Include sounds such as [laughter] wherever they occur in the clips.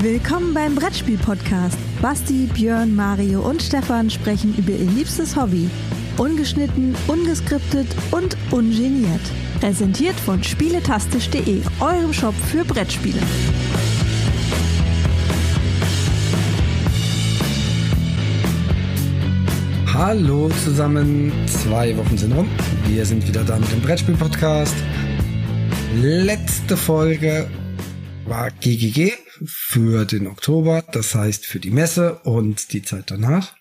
Willkommen beim Brettspiel-Podcast. Basti, Björn, Mario und Stefan sprechen über ihr liebstes Hobby. Ungeschnitten, ungeskriptet und ungeniert. Präsentiert von spieletastisch.de, eurem Shop für Brettspiele. Hallo zusammen, zwei Wochen sind rum. Wir sind wieder da mit dem Brettspiel-Podcast. Letzte Folge war GGG für den Oktober, das heißt für die Messe und die Zeit danach.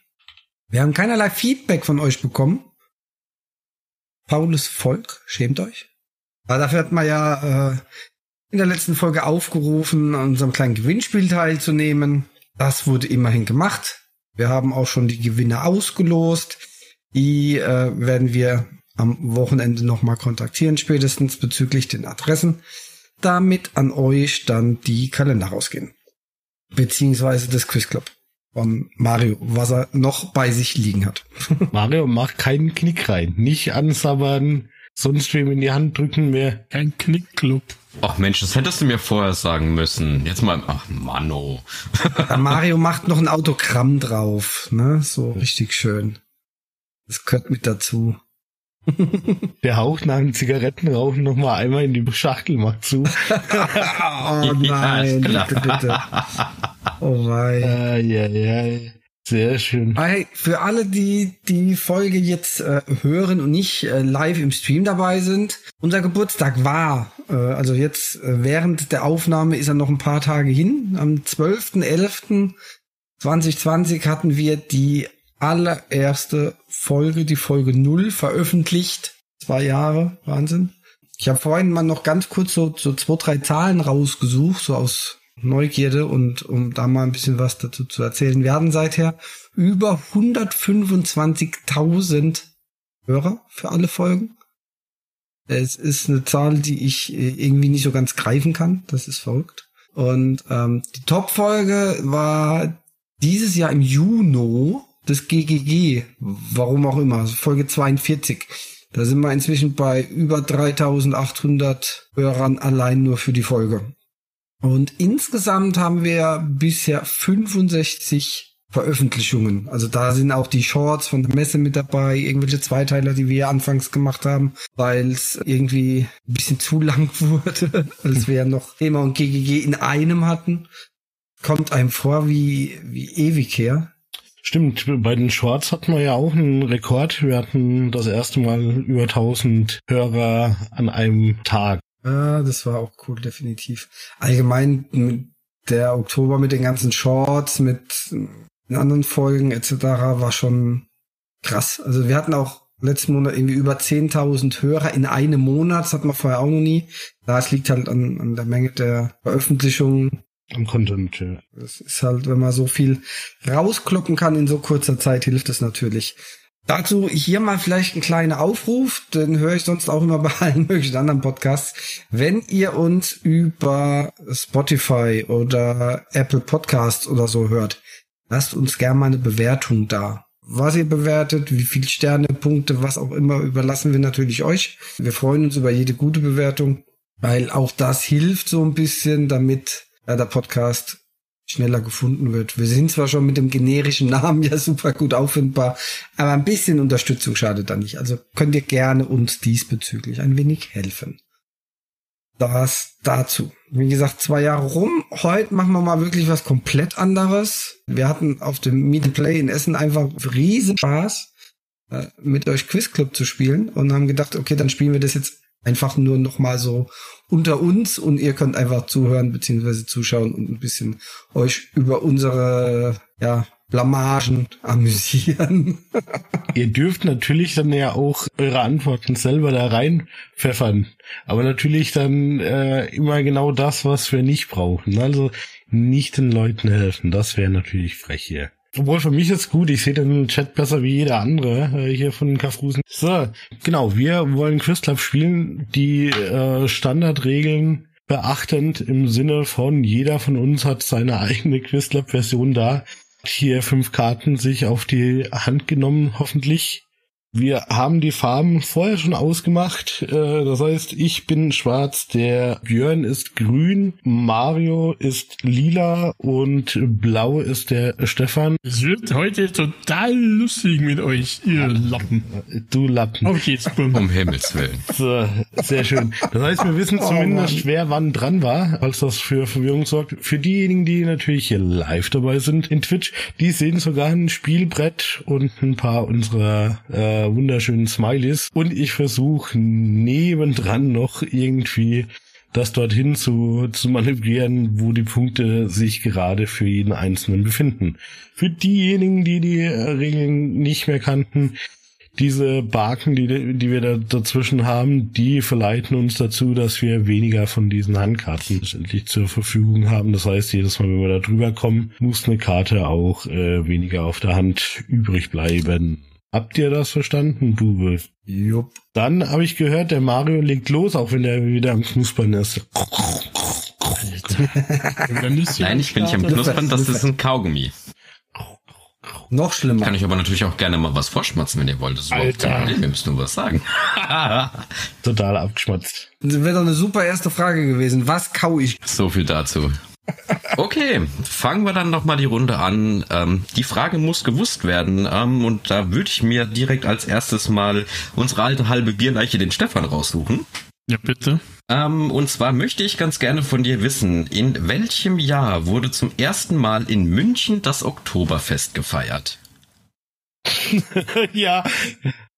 Wir haben keinerlei Feedback von euch bekommen. Paulus Volk, schämt euch. Aber dafür hat man ja äh, in der letzten Folge aufgerufen, an unserem kleinen Gewinnspiel teilzunehmen. Das wurde immerhin gemacht. Wir haben auch schon die Gewinner ausgelost. Die äh, werden wir am Wochenende nochmal kontaktieren, spätestens bezüglich den Adressen damit an euch dann die Kalender rausgehen. Beziehungsweise das Quiz Club von Mario, was er noch bei sich liegen hat. Mario, mach keinen Knick rein. Nicht ansabbern, sonst wem in die Hand drücken mehr. Kein Knickclub. Ach Mensch, das hättest du mir vorher sagen müssen. Jetzt mal, ach oh. Manno. Der Mario macht noch ein Autogramm drauf, ne? So richtig schön. Das gehört mit dazu. Der Hauch nach dem Zigarettenrauchen nochmal einmal in die Schachtel macht zu. oh nein, Ja, ist bitte, bitte. Oh nein. Ah, ja, ja. Sehr schön. Ah, Hey, für alle, die die Folge jetzt äh, hören und nicht äh, live im Stream dabei sind, unser Geburtstag war, äh, also jetzt äh, während der Aufnahme ist er noch ein paar Tage hin. Am 12.11.2020 hatten wir die allererste Folge, die Folge 0, veröffentlicht. Zwei Jahre, Wahnsinn. Ich habe vorhin mal noch ganz kurz so, so zwei, drei Zahlen rausgesucht, so aus Neugierde und um da mal ein bisschen was dazu zu erzählen. Wir hatten seither über 125.000 Hörer für alle Folgen. Es ist eine Zahl, die ich äh, irgendwie nicht so ganz greifen kann. Das ist verrückt. Und ähm, die Top-Folge war dieses Jahr im Juni das GGG. Warum auch immer. also Folge 42. Da sind wir inzwischen bei über 3800 Hörern allein nur für die Folge. Und insgesamt haben wir bisher 65 Veröffentlichungen. Also da sind auch die Shorts von der Messe mit dabei, irgendwelche Zweiteiler, die wir anfangs gemacht haben, weil es irgendwie ein bisschen zu lang [laughs] wurde, als wir ja noch Thema und GGG in einem hatten. Kommt einem vor wie, wie ewig her. Stimmt, bei den Shorts hatten wir ja auch einen Rekord. Wir hatten das erste Mal über 1000 Hörer an einem Tag. Ja, das war auch cool, definitiv. Allgemein mit der Oktober mit den ganzen Shorts, mit den anderen Folgen etc. war schon krass. Also wir hatten auch letzten Monat irgendwie über 10.000 Hörer in einem Monat. Das hatten wir vorher auch noch nie. Da es liegt halt an, an der Menge der Veröffentlichungen. Am Content. ja. Das ist halt, wenn man so viel rauskloppen kann in so kurzer Zeit, hilft es natürlich. Dazu hier mal vielleicht ein kleiner Aufruf, den höre ich sonst auch immer [laughs] bei allen möglichen anderen Podcasts. Wenn ihr uns über Spotify oder Apple Podcasts oder so hört, lasst uns gerne mal eine Bewertung da. Was ihr bewertet, wie viel Sterne, Punkte, was auch immer, überlassen wir natürlich euch. Wir freuen uns über jede gute Bewertung, weil auch das hilft so ein bisschen, damit ja, der Podcast schneller gefunden wird. Wir sind zwar schon mit dem generischen Namen [laughs] ja super gut auffindbar, aber ein bisschen Unterstützung schadet da nicht. Also könnt ihr gerne uns diesbezüglich ein wenig helfen. Das dazu. Wie gesagt, zwei Jahre rum. Heute machen wir mal wirklich was komplett anderes. Wir hatten auf dem Meet and Play in Essen einfach riesen Spaß, äh, mit euch Quizclub zu spielen und haben gedacht, okay, dann spielen wir das jetzt einfach nur nochmal so unter uns und ihr könnt einfach zuhören bzw. zuschauen und ein bisschen euch über unsere ja, Blamagen amüsieren. Ihr dürft natürlich dann ja auch eure Antworten selber da rein pfeffern. Aber natürlich dann äh, immer genau das, was wir nicht brauchen. Also nicht den Leuten helfen. Das wäre natürlich frech hier. Obwohl für mich ist gut, ich sehe den Chat besser wie jeder andere äh, hier von Kaffrusen. So, genau, wir wollen Quiz Club spielen, die äh, Standardregeln beachtend im Sinne von jeder von uns hat seine eigene Quiz Club Version da hier fünf Karten sich auf die Hand genommen, hoffentlich. Wir haben die Farben vorher schon ausgemacht. Äh, das heißt, ich bin schwarz, der Björn ist grün, Mario ist lila und blau ist der Stefan. Es wird heute total lustig mit euch, ihr Lappen. Du Lappen. Auf geht's, bumm. Um Himmels Willen. So, sehr schön. Das heißt, wir wissen zumindest, wer wann dran war, als das für Verwirrung sorgt. Für diejenigen, die natürlich hier live dabei sind in Twitch, die sehen sogar ein Spielbrett und ein paar unserer äh, wunderschönen Smileys. Und ich versuche nebendran noch irgendwie das dorthin zu, zu manövrieren, wo die Punkte sich gerade für jeden Einzelnen befinden. Für diejenigen, die die äh, Regeln nicht mehr kannten, diese Barken, die, die wir da dazwischen haben, die verleiten uns dazu, dass wir weniger von diesen Handkarten letztendlich zur Verfügung haben. Das heißt, jedes Mal, wenn wir da drüber kommen, muss eine Karte auch äh, weniger auf der Hand übrig bleiben. Habt ihr das verstanden, Bube? [laughs] Jupp. Dann habe ich gehört, der Mario legt los, auch wenn der wieder am Knuspern ist. Nein, ich bin nicht am Knuspern, das ist ein Kaugummi. Noch schlimmer. Kann ich aber natürlich auch gerne mal was vorschmatzen, wenn ihr wollt. Das ist überhaupt kein Alter. Problem. Wir müssen nur was sagen. [laughs] Total abgeschmatzt. [laughs] Das wäre doch eine super erste Frage gewesen. Was kau ich? So viel dazu. Okay, fangen wir dann nochmal die Runde an. Ähm, die Frage muss gewusst werden ähm, und da würde ich mir direkt als erstes mal unsere alte halbe Bierleiche, den Stefan, raussuchen. Ja, bitte. Ähm, und zwar möchte ich ganz gerne von dir wissen, in welchem Jahr wurde zum ersten Mal in München das Oktoberfest gefeiert? ja,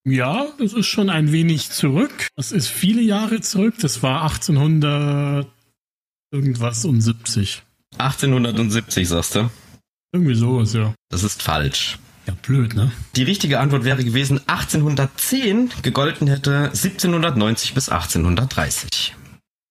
Ja, das ist schon ein wenig zurück. Das ist viele Jahre zurück. Das war 1800 irgendwas und 70. 1870, sagst du? Irgendwie sowas, ja. Das ist falsch. Ja, blöd, ne? Die richtige Antwort wäre gewesen 1810, gegolten hätte 1790 bis 1830.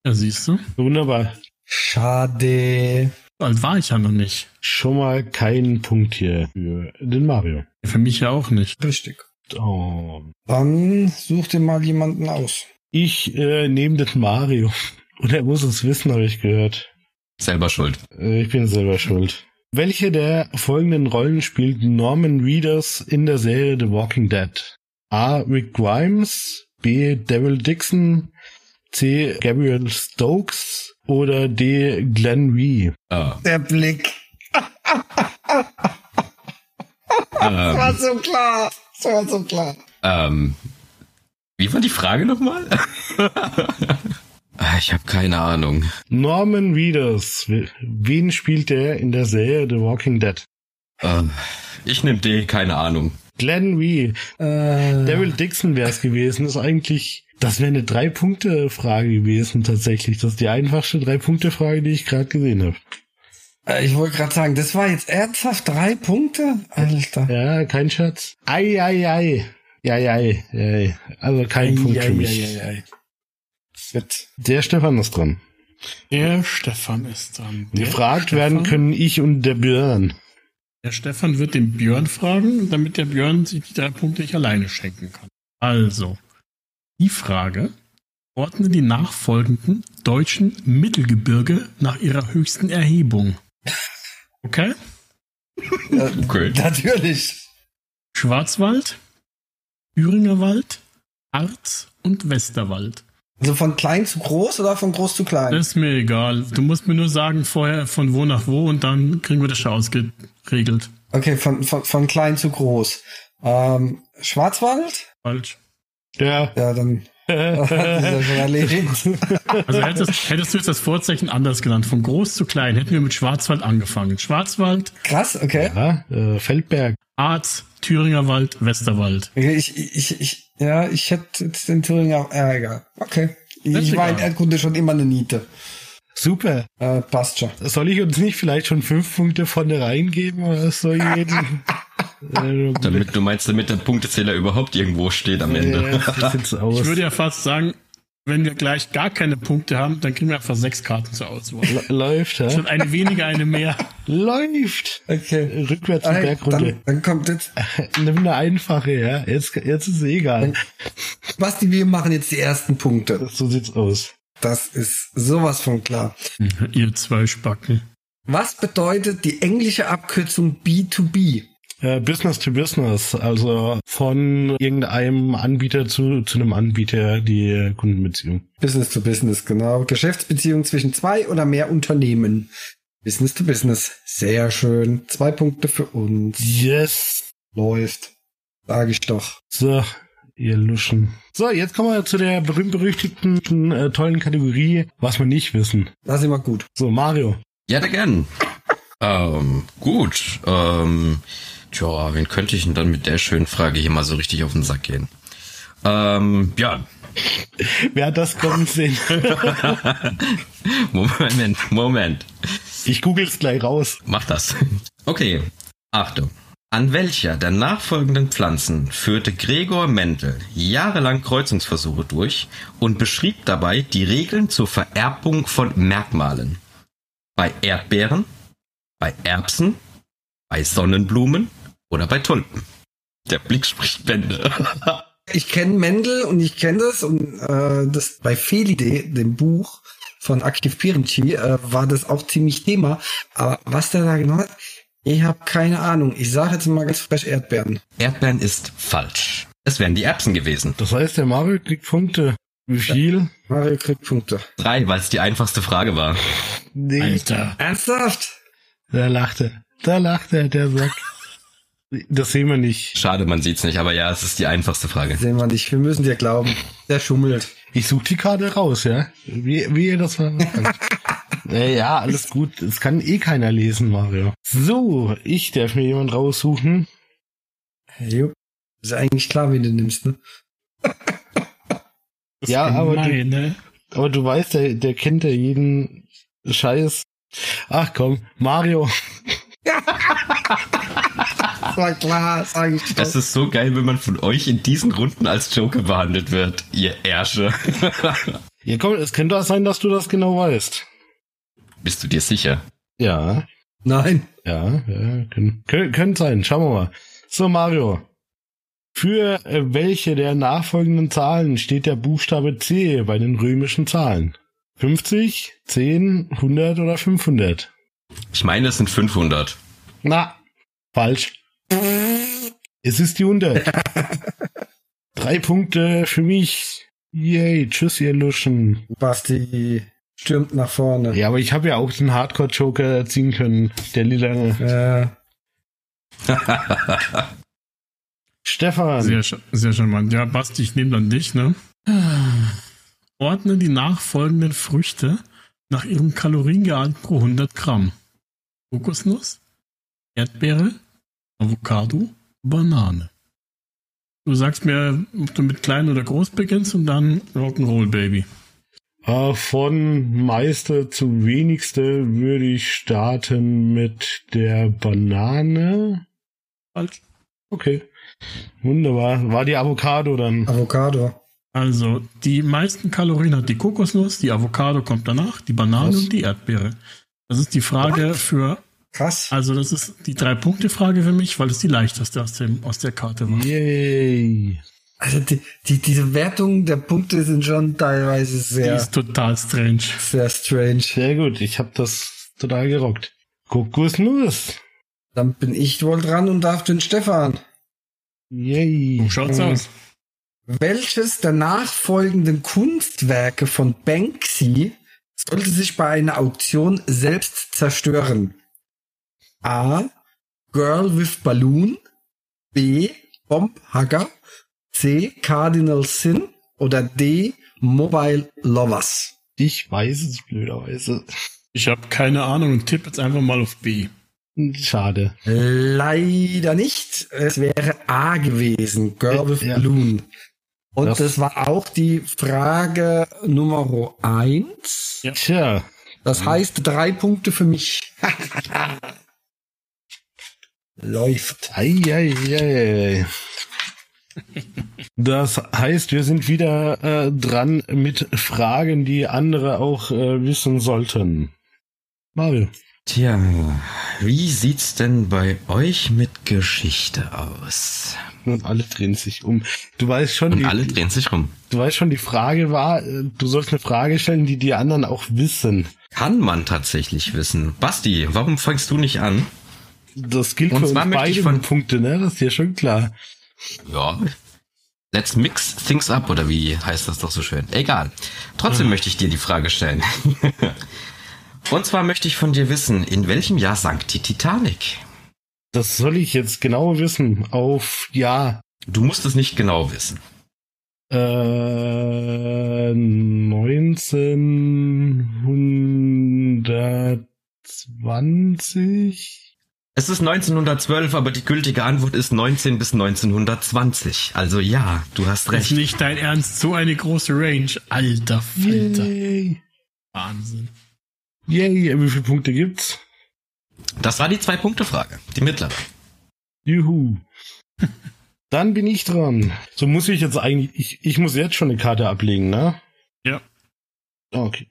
Ja, siehst du. wunderbar. Schade. Alt war ich ja noch nicht. Schon mal keinen Punkt hier für den Mario. Für mich ja auch nicht. Richtig. Oh. Dann such dir mal jemanden aus. Ich äh, nehme den Mario. [laughs] Und er muss es wissen, habe ich gehört. Selber schuld. Äh, ich bin selber schuld. Welche der folgenden Rollen spielt Norman Reedus in der Serie The Walking Dead? A. Rick Grimes, B. Daryl Dixon, C. Gabriel Stokes oder D. Glenn Ree? Ah, Der Blick. ähm, so klar. Das war so klar. ähm, wie war die Frage nochmal? [laughs] Ah, ich habe keine Ahnung. Norman Reedus. W- Wen spielt er in der Serie The Walking Dead? Ähm, ich nehme D, keine Ahnung. Glenn Ree. Äh, Daryl Dixon wäre es gewesen. Ist eigentlich, das wäre eine Drei-Punkte-Frage gewesen tatsächlich. Das ist die einfachste Drei-Punkte-Frage, die ich gerade gesehen habe. äh, ich wollte gerade sagen, das war jetzt ernsthaft drei Punkte? Alter. Ja, kein Scherz. Ei, ei, ei. Ja, ei, ei. Also kein Punkt für mich. ei, Shit. Der Stefan ist dran. Der Stefan ist dran. Der Gefragt Stefan- werden können ich und der Björn. Der Stefan wird den Björn fragen, damit der Björn sich die drei Punkte nicht alleine schenken kann. Also, die Frage: Ordne die nachfolgenden deutschen Mittelgebirge nach ihrer höchsten Erhebung. Okay? Okay. Natürlich. Schwarzwald, Thüringer Wald, Harz und Westerwald. Also von klein zu groß oder von groß zu klein? Das ist mir egal. Du musst mir nur sagen, vorher von wo nach wo und dann kriegen wir das schon ausgeregelt. Okay, von, von, von klein zu groß. Ähm, Schwarzwald? Falsch. Ja. Ja, dann hat ja schon erledigt. Also hättest, hättest du jetzt das Vorzeichen anders genannt. Von groß zu klein hätten wir mit Schwarzwald angefangen. Schwarzwald, Krass, okay. ja äh, Feldberg. Arz, Thüringer Wald, Westerwald. Okay, Ich, ich, ich, ja, ich hätte jetzt den Thüringer auch, ja, egal. Okay. Das ist Ich war in egal. Erdkunde schon immer eine Niete. Super. Äh, passt schon. Soll ich uns nicht vielleicht schon fünf Punkte von der Reihen geben oder was [laughs] soll jeden? äh, Damit du meinst, damit der Punktezähler überhaupt irgendwo steht am Ende. das sieht's aus. Ich würde ja fast sagen, wenn wir gleich gar keine Punkte haben, dann kriegen wir einfach sechs Karten zur Auswahl. [laughs] L- Läuft, hä? Schon eine weniger, eine mehr. Läuft! Okay. Rückwärts und Ey, Bergrunde. dann, dann kommt jetzt, Nimm eine einfache, ja. Jetzt, jetzt ist es egal. Basti, wir machen jetzt die ersten Punkte. So sieht's aus. Das ist sowas von klar. Ihr zwei Spacken. Was bedeutet die englische Abkürzung B2B? Äh, business to Business, also von irgendeinem Anbieter zu, zu einem Anbieter die Kundenbeziehung. Business to Business, genau. Geschäftsbeziehung zwischen zwei oder mehr Unternehmen. Business to Business. Sehr schön. Zwei Punkte für uns. Yes. Läuft. Sage ich doch. So, ihr Luschen. So, jetzt kommen wir zu der berühmt-berüchtigten äh, tollen Kategorie, was wir nicht wissen. Das ist immer gut. So, Mario. Ja, da gern. Ähm, gut. Ähm, tja, wen könnte ich denn dann mit der schönen Frage hier mal so richtig auf den Sack gehen? Ähm, Björn. [laughs] Wer hat [laughs] das kommen sehen? Moment, Moment. Ich googel's gleich raus. Mach das. [laughs] Okay, Achtung. An welcher der nachfolgenden Pflanzen führte Gregor Mendel jahrelang Kreuzungsversuche durch und beschrieb dabei die Regeln zur Vererbung von Merkmalen? Bei Erdbeeren, bei Erbsen, bei Sonnenblumen oder bei Tulpen? Der Blick spricht Bände. Ich kenne Mendel und ich kenne das und äh, das bei Felide, dem Buch von Akif Pirinci, äh, war das auch ziemlich Thema. Aber was der da genau hat, ich habe keine Ahnung. Ich sage jetzt mal ganz frech Erdbeeren. [laughs] Erdbeeren ist falsch. Es wären die Erbsen gewesen. Das heißt, der Mario kriegt Punkte. Wie viel? Mario kriegt Punkte. Drei, weil es die einfachste Frage war. Nee. Alter. Ernsthaft? Da lacht er. Da lacht er, der Sack. [laughs] Das sehen wir nicht. Schade, man sieht's nicht, aber ja, es ist die einfachste Frage. Sehen wir nicht. Wir müssen dir glauben. Der schummelt. Ich suche die Karte raus, ja? Wie, wie ihr das war. [laughs] ja, alles gut. Es kann eh keiner lesen, Mario. So, ich darf mir jemand raussuchen. Jo. Ist eigentlich klar, wen du nimmst, ne? Das Ja, ist aber gemein, ne? Aber du weißt, der, der kennt ja jeden Scheiß. Ach komm, Mario. War klar, sag ich Es ist so geil, wenn man von euch in diesen Runden als Joker behandelt wird, ihr Ärsche. Ja komm, es könnte auch sein, dass du das genau weißt. Bist du dir sicher? Ja, Nein. Ja, ja können, können, können sein. Schauen wir mal. So, Mario. Für äh, welche der nachfolgenden Zahlen steht der Buchstabe C bei den römischen Zahlen? 50, 10, 100 oder 500? Ich meine, es sind 500. Na, falsch. Es ist die 100. Drei Punkte für mich. Yay, tschüss, ihr Luschen. Basti stürmt nach vorne. Ja, aber ich habe ja auch den Hardcore-Joker ziehen können. Der lila. Äh, Stefan. Sehr, sch- sehr charmant. Ja, Basti, ich nehme dann dich, ne? Ordne die nachfolgenden Früchte nach ihrem Kaloriengehalt pro 100 Gramm. Kokosnuss, Erdbeere, Avocado, Banane. Du sagst mir, ob du mit klein oder groß beginnst und dann Rock'n'Roll, Baby. Äh, Von meiste zu wenigste würde ich starten mit der Banane. Falsch. Okay. Wunderbar. War die Avocado dann? Avocado. Also, die meisten Kalorien hat die Kokosnuss, die Avocado kommt danach, die Banane Was? und die Erdbeere. Das ist die Frage für Krass. Also, das ist die Drei-Punkte-Frage für mich, weil es die leichteste aus, dem, aus der Karte war. Yay. Also die, die, diese Wertungen der Punkte sind schon teilweise Die sehr, ist total strange. sehr strange. Sehr gut. Ich habe das total gerockt. Kokosnuss. Dann bin ich wohl dran und darf den Stefan. Yay. Schaut's aus. Welches der nachfolgenden Kunstwerke von Banksy sollte sich bei einer Auktion selbst zerstören? A. Girl with Balloon. B. Bomb Hacker. C. Cardinal Sin. Oder D. Mobile Lovers. Ich weiß es blöderweise. Ich habe keine Ahnung und tippe jetzt einfach mal auf B. Schade. Leider nicht. Es wäre A gewesen. Girl with Ja. Balloon. Und Das- das, war auch die Frage Nummer eins. Ja. Tja. Das heißt drei Punkte für mich. Läuft. Eieiei. Das heißt, wir sind wieder äh, dran mit Fragen, die andere auch äh, wissen sollten. Mario. Tja, wie sieht's denn bei euch mit Geschichte aus? Und alle drehen sich um. Du weißt schon, Und die, Hm, alle drehen sich rum. du weißt schon, die Frage war, äh, du sollst eine Frage stellen, die die anderen auch wissen. Kann man tatsächlich wissen. Basti, warum fängst du nicht an? Das gilt Und für uns zwar möchte beide ich von- Punkte, ne? Das ist dir schon klar. Ja. Let's mix things up, oder wie heißt das doch so schön? Egal. Trotzdem möchte ich dir die Frage [laughs] stellen. Und zwar möchte ich von dir wissen, in welchem Jahr sank die Titanic? Das soll ich jetzt genau wissen. Auf ja. Du musst es nicht genau wissen. Äh, 1920? Es ist 1912, aber die gültige Antwort ist 19 bis 1920. Also ja, du hast Das recht. ist nicht dein Ernst. So eine große Range. Alter Falter. Yay. Wahnsinn. Yay, wie viele Punkte gibt's? Das war die Zwei-Punkte-Frage, die mittlere. Juhu. Dann bin ich dran. So muss ich jetzt eigentlich, ich, ich muss jetzt schon eine Karte ablegen, ne? Ah, Ja. Okay.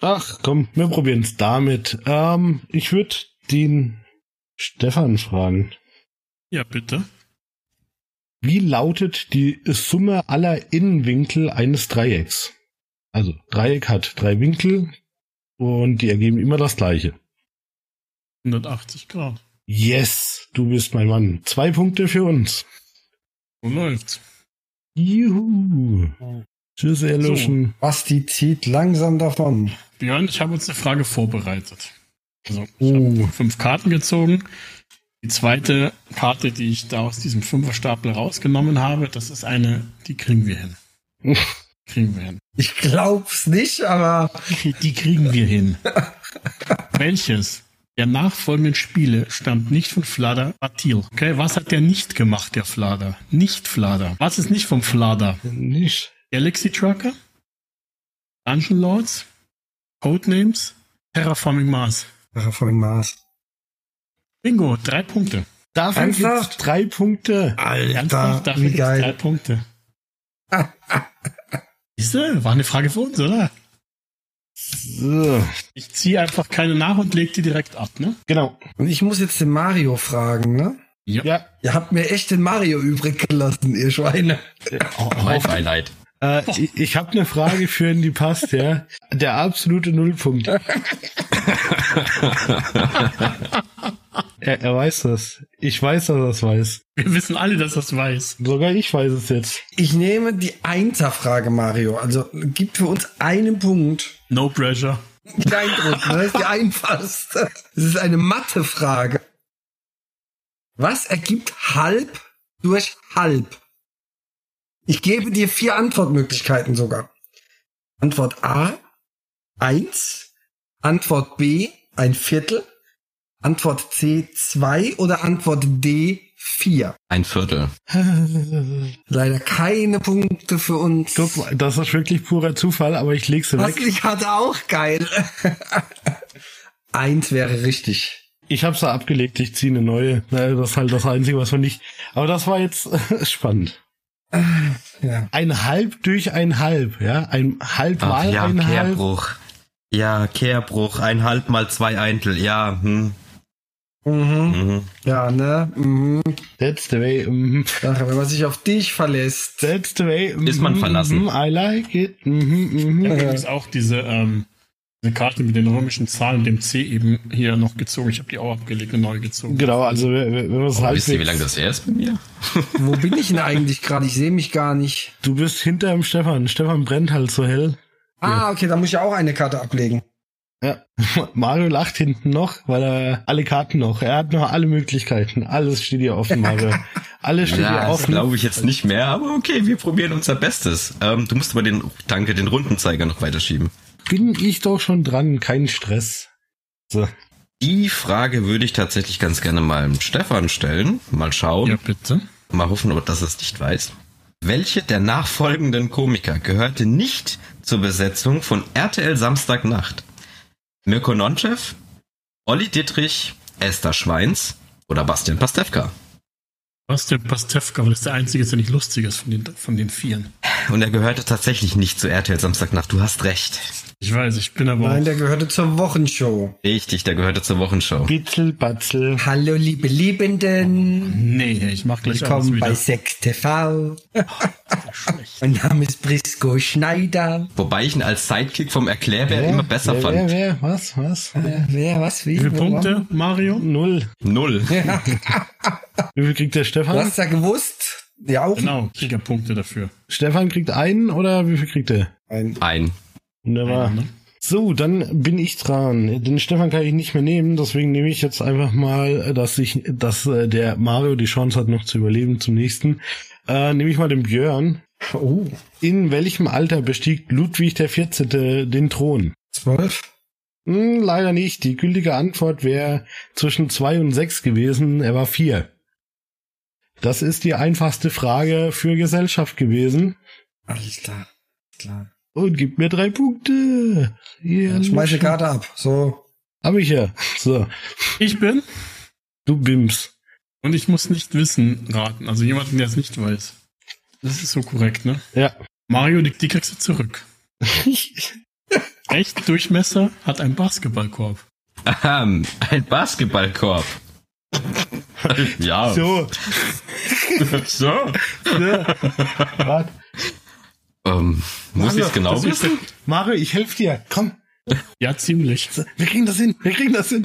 Ach, komm, wir probieren's damit. Ähm, ich würde den Stefan fragen. Ja, bitte. Wie lautet die Summe aller Innenwinkel eines Dreiecks? Also, Dreieck hat drei Winkel und die ergeben immer das gleiche. 180 Grad. Yes, du bist mein Mann. Zwei Punkte für uns. So läuft's. Juhu. Tschüss, Erlöschen. Basti zieht langsam davon. Björn, ich habe uns eine Frage vorbereitet. Also, ich Oh. habe fünf Karten gezogen. Die zweite Karte, die ich da aus diesem Fünferstapel rausgenommen habe, das ist eine, die kriegen wir hin. kriegen wir hin. Ich glaub's nicht, aber Die kriegen wir hin. Welches der nachfolgenden Spiele stammt nicht von Flader Batil? Okay, was hat der nicht gemacht, der Flader? Nicht Flader. Was ist nicht vom Flader? Nicht. Galaxy Trucker? Dungeon Lords? Codenames? Terraforming Mars? Terraforming Mars. Bingo, drei Punkte. Dafür Ernsthaft? gibt's drei Punkte. Alter, dafür wie gibt's drei geil. Punkte. Siehst du, war eine Frage für uns, oder? So. Ich ziehe einfach keine nach und leg die direkt ab, ne? Genau. Und ich muss jetzt den Mario fragen, ne? Ja. Ihr habt mir echt den Mario übrig gelassen, ihr Schweine. Auf Einheit. Äh, ich ich habe eine Frage für den, die passt, ja. Der absolute [laughs] Nullpunkt. er, er weiß das. Ich weiß, dass er das weiß. Wir wissen alle, dass das weiß. Sogar ich weiß es jetzt. Ich nehme die Einser-Frage, Mario. Also gib für uns einen Punkt. No pressure. Kein Druck, ne? Das ist die einfachste. Das ist eine Mathe-Frage. Was ergibt halb durch halb? Ich gebe dir vier Antwortmöglichkeiten sogar. Antwort A, eins. Antwort B, ein Viertel. Antwort C, zwei. Oder Antwort D, vier. Ein Viertel. Leider keine Punkte für uns. Guck mal, das ist wirklich purer Zufall, aber ich leg's Was weg. ich hatte auch geil. [laughs] Eins wäre richtig. Ich hab's da abgelegt, ich ziehe eine neue. Naja, Das ist halt das Einzige, was wir nicht. Aber das war jetzt [laughs] spannend. Äh, Ja. Ein halb durch ein halb, ja. Ein halb Ach, mal ja, ein halb. Kehrbruch. Ja, Kehrbruch. Ein Halb mal zwei Eintel. Ja, hm, Mhm. mhm. Ja, ne? Mhm. That's the way. mhm. Ach, wenn man sich auf dich verlässt. That's the way. mhm, Ist man verlassen. mhm, I like it. Mhm, Ich mhm. habe übrigens auch diese, ähm, diese Karte mit den römischen Zahlen, dem C eben hier noch gezogen. Ich habe die auch abgelegt und neu gezogen. Genau, also wenn wenn wir es Oh, Wisst ihr, halbwegs... wie lange das her ist bei mir? Wo bin ich denn eigentlich gerade? Ich sehe mich gar nicht. Du bist hinter dem Stefan. Stefan brennt halt so hell. Ah, okay, da muss ich auch eine Karte ablegen. Ja. [laughs] Mario lacht hinten noch, weil er alle Karten noch. Er hat noch alle Möglichkeiten. Alles steht hier offen, [laughs] Mario. Alles steht Ja, hier das offen. glaube ich jetzt nicht mehr, aber okay, wir probieren unser Bestes. Ähm, du musst aber den, danke, den Rundenzeiger noch weiterschieben. Bin ich doch schon dran. Kein Stress. So. Die Frage würde ich tatsächlich ganz gerne mal dem Stefan stellen. Mal schauen, Ja, bitte. mal hoffen, ob das es nicht weiß. Welche der nachfolgenden Komiker gehörte nicht zur Besetzung von RTL Samstagnacht? Mirko Nonchev, Olli Dittrich, Esther Schweins oder Bastian Pastewka? Was der Pastewka, weil das ist der einzige, der nicht lustig ist von den, von den Vieren. Und er gehörte tatsächlich nicht zu RTL Samstagnacht. Du hast recht. Ich weiß, ich bin aber Nein, auch. der gehörte zur Wochenshow. Richtig, der gehörte zur Wochenshow. Bitzel, batzel. Hallo, liebe Liebenden. Nee, ich mach gleich alles Willkommen bei wieder. Sex [laughs] TV. Schlecht. Mein Name ist Brisco Schneider. Wobei ich ihn als Sidekick vom Erklärbär immer besser wer, fand. Wer, wer, was, was? Wer? Wer, was, wie? Wie viele wo, Punkte, Mario? Null. Null. wann? Ja, Wie viel kriegt der du Stefan? hast ja gewusst. Ja, auch Genau, Kriegerpunkte dafür. Stefan kriegt einen oder wie viel kriegt er? ein. Ein. Wunderbar. Einer, ne? So, dann bin ich dran. Den Stefan kann ich nicht mehr nehmen, deswegen nehme ich jetzt einfach mal, dass ich, dass äh, der Mario die Chance hat, noch zu überleben zum nächsten. Äh, nehme ich mal den Björn. Oh, In welchem Alter bestieg Ludwig der 14. den Thron? zwölf. Hm, leider nicht. Die gültige Antwort wäre zwischen zwei und sechs gewesen. Er war vier. Das ist die einfachste Frage für Gesellschaft gewesen. Alles klar. Klar. Und gibt mir drei Punkte. Yeah, Dann schmeiß die Karte ab. So. Hab ich ja. So, Ich bin du Bims. und ich muss nicht wissen raten. Also jemanden, der es nicht weiß. Das ist so korrekt, ne? Ja. Mario, die, die kriegst [laughs] du zurück. Echt Durchmesser hat einen Basketballkorb. Ähm, ein [laughs] Basketballkorb. ja. So, so. warte. Ähm, muss Mario, ich es genau das ist- wissen? Mario, ich helfe dir. Komm, Ja, ziemlich. wir kriegen das hin. Wir kriegen das hin.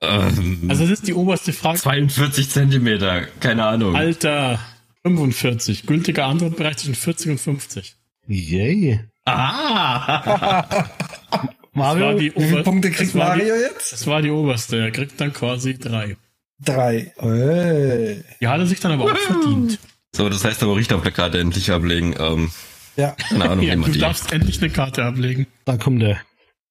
Ähm, Also das ist die oberste Frage. 42 Zentimeter, keine Ahnung. Alter, 45. Gültige Antwort bereits zwischen 40 und 50. Yay. Ah! Das war Mario, die Wie viele ober- Punkte kriegt das war Mario Die, jetzt? das war die oberste. Er kriegt dann quasi drei. Drei. Äh. Ey. Die hat er sich dann aber auch verdient. So, das heißt aber Richter auf der Karte endlich ablegen. Ähm, Ja. keine Ahnung, [laughs] Ja, wie man du die. darfst endlich eine Karte ablegen. da kommt er.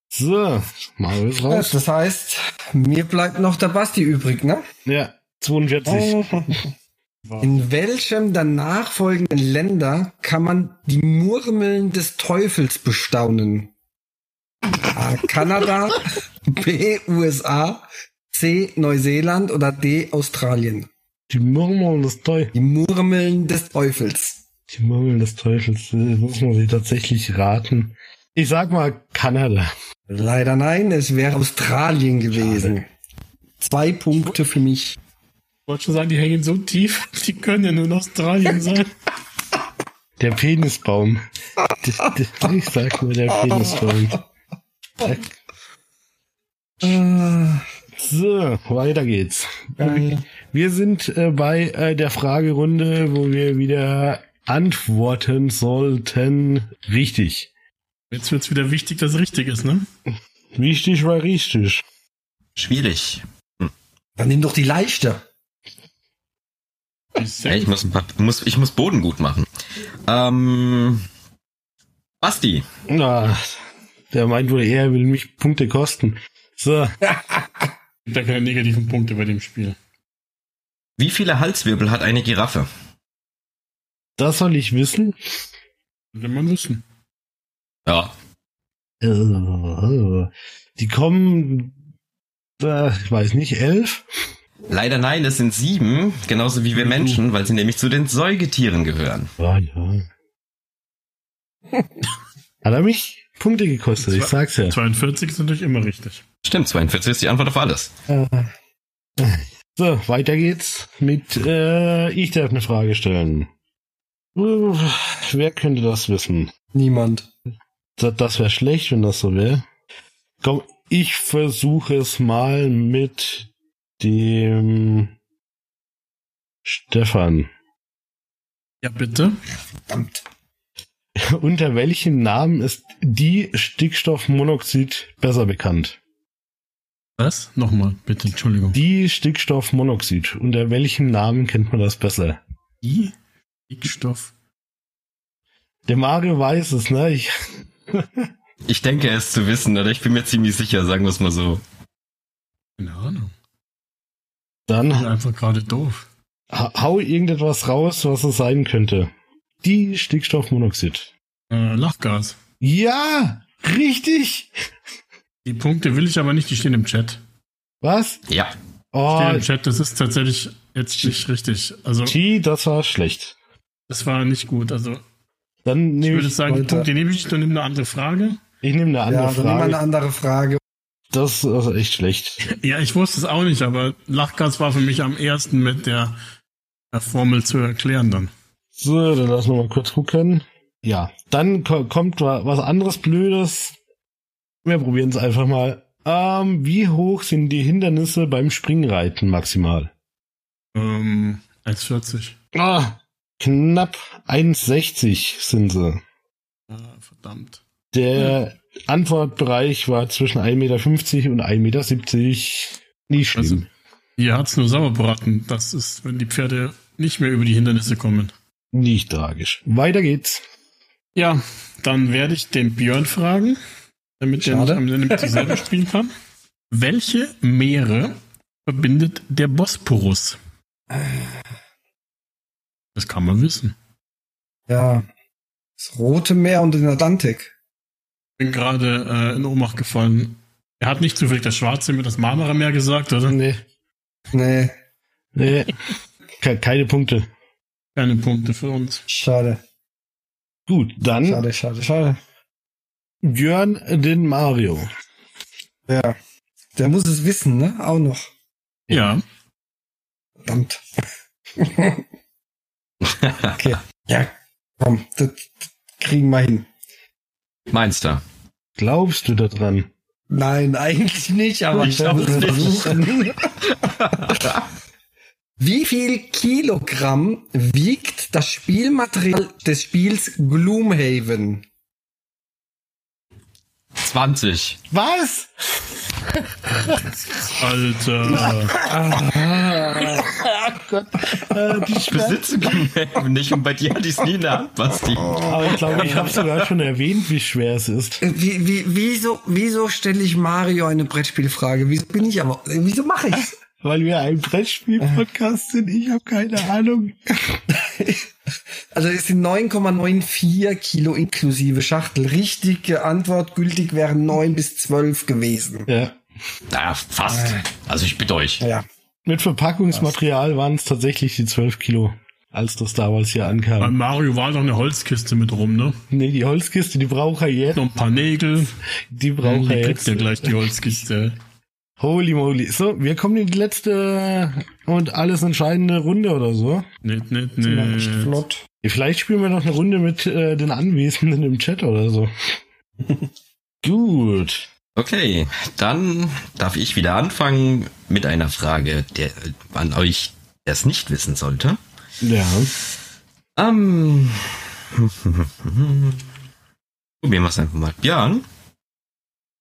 So, Mario ist raus. Das heißt, mir bleibt noch der Basti übrig, ne? Ja, 42. In welchem der nachfolgenden Länder kann man die Murmeln des Teufels bestaunen? A. Kanada, [laughs] B. USA, C. Neuseeland oder D. Australien? Die Murmeln des Teufels. Die Murmeln des Teufels. Die Murmeln des Teufels. äh, Muss man sie tatsächlich raten. Ich sag mal Kanada. Leider nein, es wäre Australien gewesen. Zwei Punkte für mich. Ich wollte schon sagen, die hängen so tief, [laughs] die können ja nur in Australien sein. Der Penisbaum. D- d- Ich sag nur [laughs] der Penisbaum. So, weiter geht's. Äh. Wir sind äh, bei äh, der Fragerunde, wo wir wieder antworten sollten. Richtig. Jetzt wird's wieder wichtig, dass es richtig ist, ne? Wichtig war richtig. Schwierig. Dann nimm doch die leichte. Ey, ich, muss ein paar, muss, ich muss Boden gut machen. Ähm, Basti, Na, der meint wohl eher, er will mich Punkte kosten. So, gibt da keine negativen Punkte bei dem Spiel. wie viele Halswirbel hat eine Giraffe? das soll ich wissen. Will man wissen. Ja. Äh, Die kommen, äh, ich weiß nicht, elf? Leider nein, es sind sieben, genauso wie wir Mhm. Menschen, weil sie nämlich zu den Säugetieren gehören. Ja, ja. Hat er mich Punkte gekostet, ich sag's ja. 42 ist natürlich immer richtig. Stimmt, 42 ist die Antwort auf alles. So, weiter geht's mit, äh, ich darf eine Frage stellen. Uff, Wer könnte das wissen? Niemand. Das, das wäre schlecht, wenn das so wäre. Komm, ich versuche es mal mit dem Stefan. Ja, bitte. Verdammt. Unter welchem Namen ist die Stickstoffmonoxid besser bekannt? Was? Nochmal, bitte, Entschuldigung. Die Stickstoffmonoxid. Unter welchem Namen kennt man das besser? Die Stickstoff. Der Mario weiß es, ne? Ich, Ich denke es zu wissen, oder ich bin mir ziemlich sicher, sagen wir es mal so. Keine Ahnung. Ich bin dann einfach gerade doof. ha- hau irgendetwas raus, was es sein könnte. Die Stickstoffmonoxid. Äh, Lachgas. Ja, richtig. Die Punkte will ich aber nicht, die stehen im Chat. Was? Ja. Die Stehen Oh, im Chat, das ist tatsächlich jetzt nicht richtig. Also, Chi, das war schlecht. das war nicht gut. Also, Dann ich nehme würde ich, sagen, die Leute. Punkte nehme ich nicht und nehme eine andere Frage. ich nehme eine andere Ja, dann nimm mal Frage. eine andere Frage. Das ist echt schlecht. Ja, ich wusste es auch nicht, aber Lachgas war für mich am ersten mit der äh, Formel zu erklären dann. So, dann lass wir mal kurz gucken. Ja, dann ko kommt wa- was anderes Blödes. Wir probieren es einfach mal. Ähm, wie hoch sind die Hindernisse beim Springreiten maximal? Ähm, 1,40. Ah, knapp 1,60 sind sie. Ah, verdammt. Der Antwortbereich war zwischen 1,50 Meter und 1,70 Meter. Nicht schlimm. Also- Hier hat's nur Sauerbraten. Das ist, wenn die Pferde nicht mehr über die Hindernisse kommen. Nicht tragisch. Weiter geht's. Ja, dann werde ich den Björn fragen, damit er nicht Schade. am Ende mit sich selber spielen kann. Welche Meere verbindet der Bosporus? Das kann man wissen. Ja. Das Rote Meer und den Atlantik. Bin gerade äh, in Ohnmacht gefallen. Er hat nicht zufällig das Schwarze Meer, das Marmara Meer gesagt, also oder? Nee. Nee, nee. Ke- Keine Punkte. Keine Punkte für uns. schade. Gut, dann Schade, schade, schade. Björn den Mario. Ja. Der muss es wissen, ne? Auch noch. Ja, [laughs] Verdammt. okay. Ja, komm, das kriegen wir hin. Meinst du? Glaubst du da dran? Nein, eigentlich nicht, aber Ich glaub werde es nicht. versuchen. Wie viel Kilogramm wiegt das Spielmaterial des Spiels Gloomhaven? 20. Was? halt, Alter. Äh, Ich besitze [laughs] Gloomhaven nicht und bei dir hatte ich es nie in der Hand, Basti. Aber ich glaube, ich habe sogar schon erwähnt, wie schwer es ist. Wie, wie, wieso wieso stelle ich Mario eine Brettspielfrage? Wieso bin ich aber. Wieso mache ich's? Weil wir ein Brettspiel-Podcast sind. Ich habe keine Ahnung. [laughs] Also es sind 9,94 Kilo inklusive Schachtel. Richtige Antwort gültig wären 9 bis 12 gewesen. Ja. Da, fast. Also ich bitte euch. Ja. Mit Verpackungsmaterial waren es tatsächlich die 12 Kilo, als das damals hier Bei ankam. Mario war noch eine Holzkiste mit rum, ne? Nee, die Holzkiste, die braucht er jetzt. Noch ein paar Nägel. Die Die braucht er kriegt jetzt. ja gleich die Holzkiste. Holy moly. So, wir kommen in die letzte und alles entscheidende Runde oder so. Nicht, nicht, Sind wir echt nicht. flott. Vielleicht spielen wir noch eine Runde mit äh, den Anwesenden im Chat oder so. Gut. Okay, dann darf ich wieder anfangen mit einer Frage, der an euch, der es nicht wissen sollte. Ja. Ähm. [laughs] Probieren wir es einfach mal. Björn,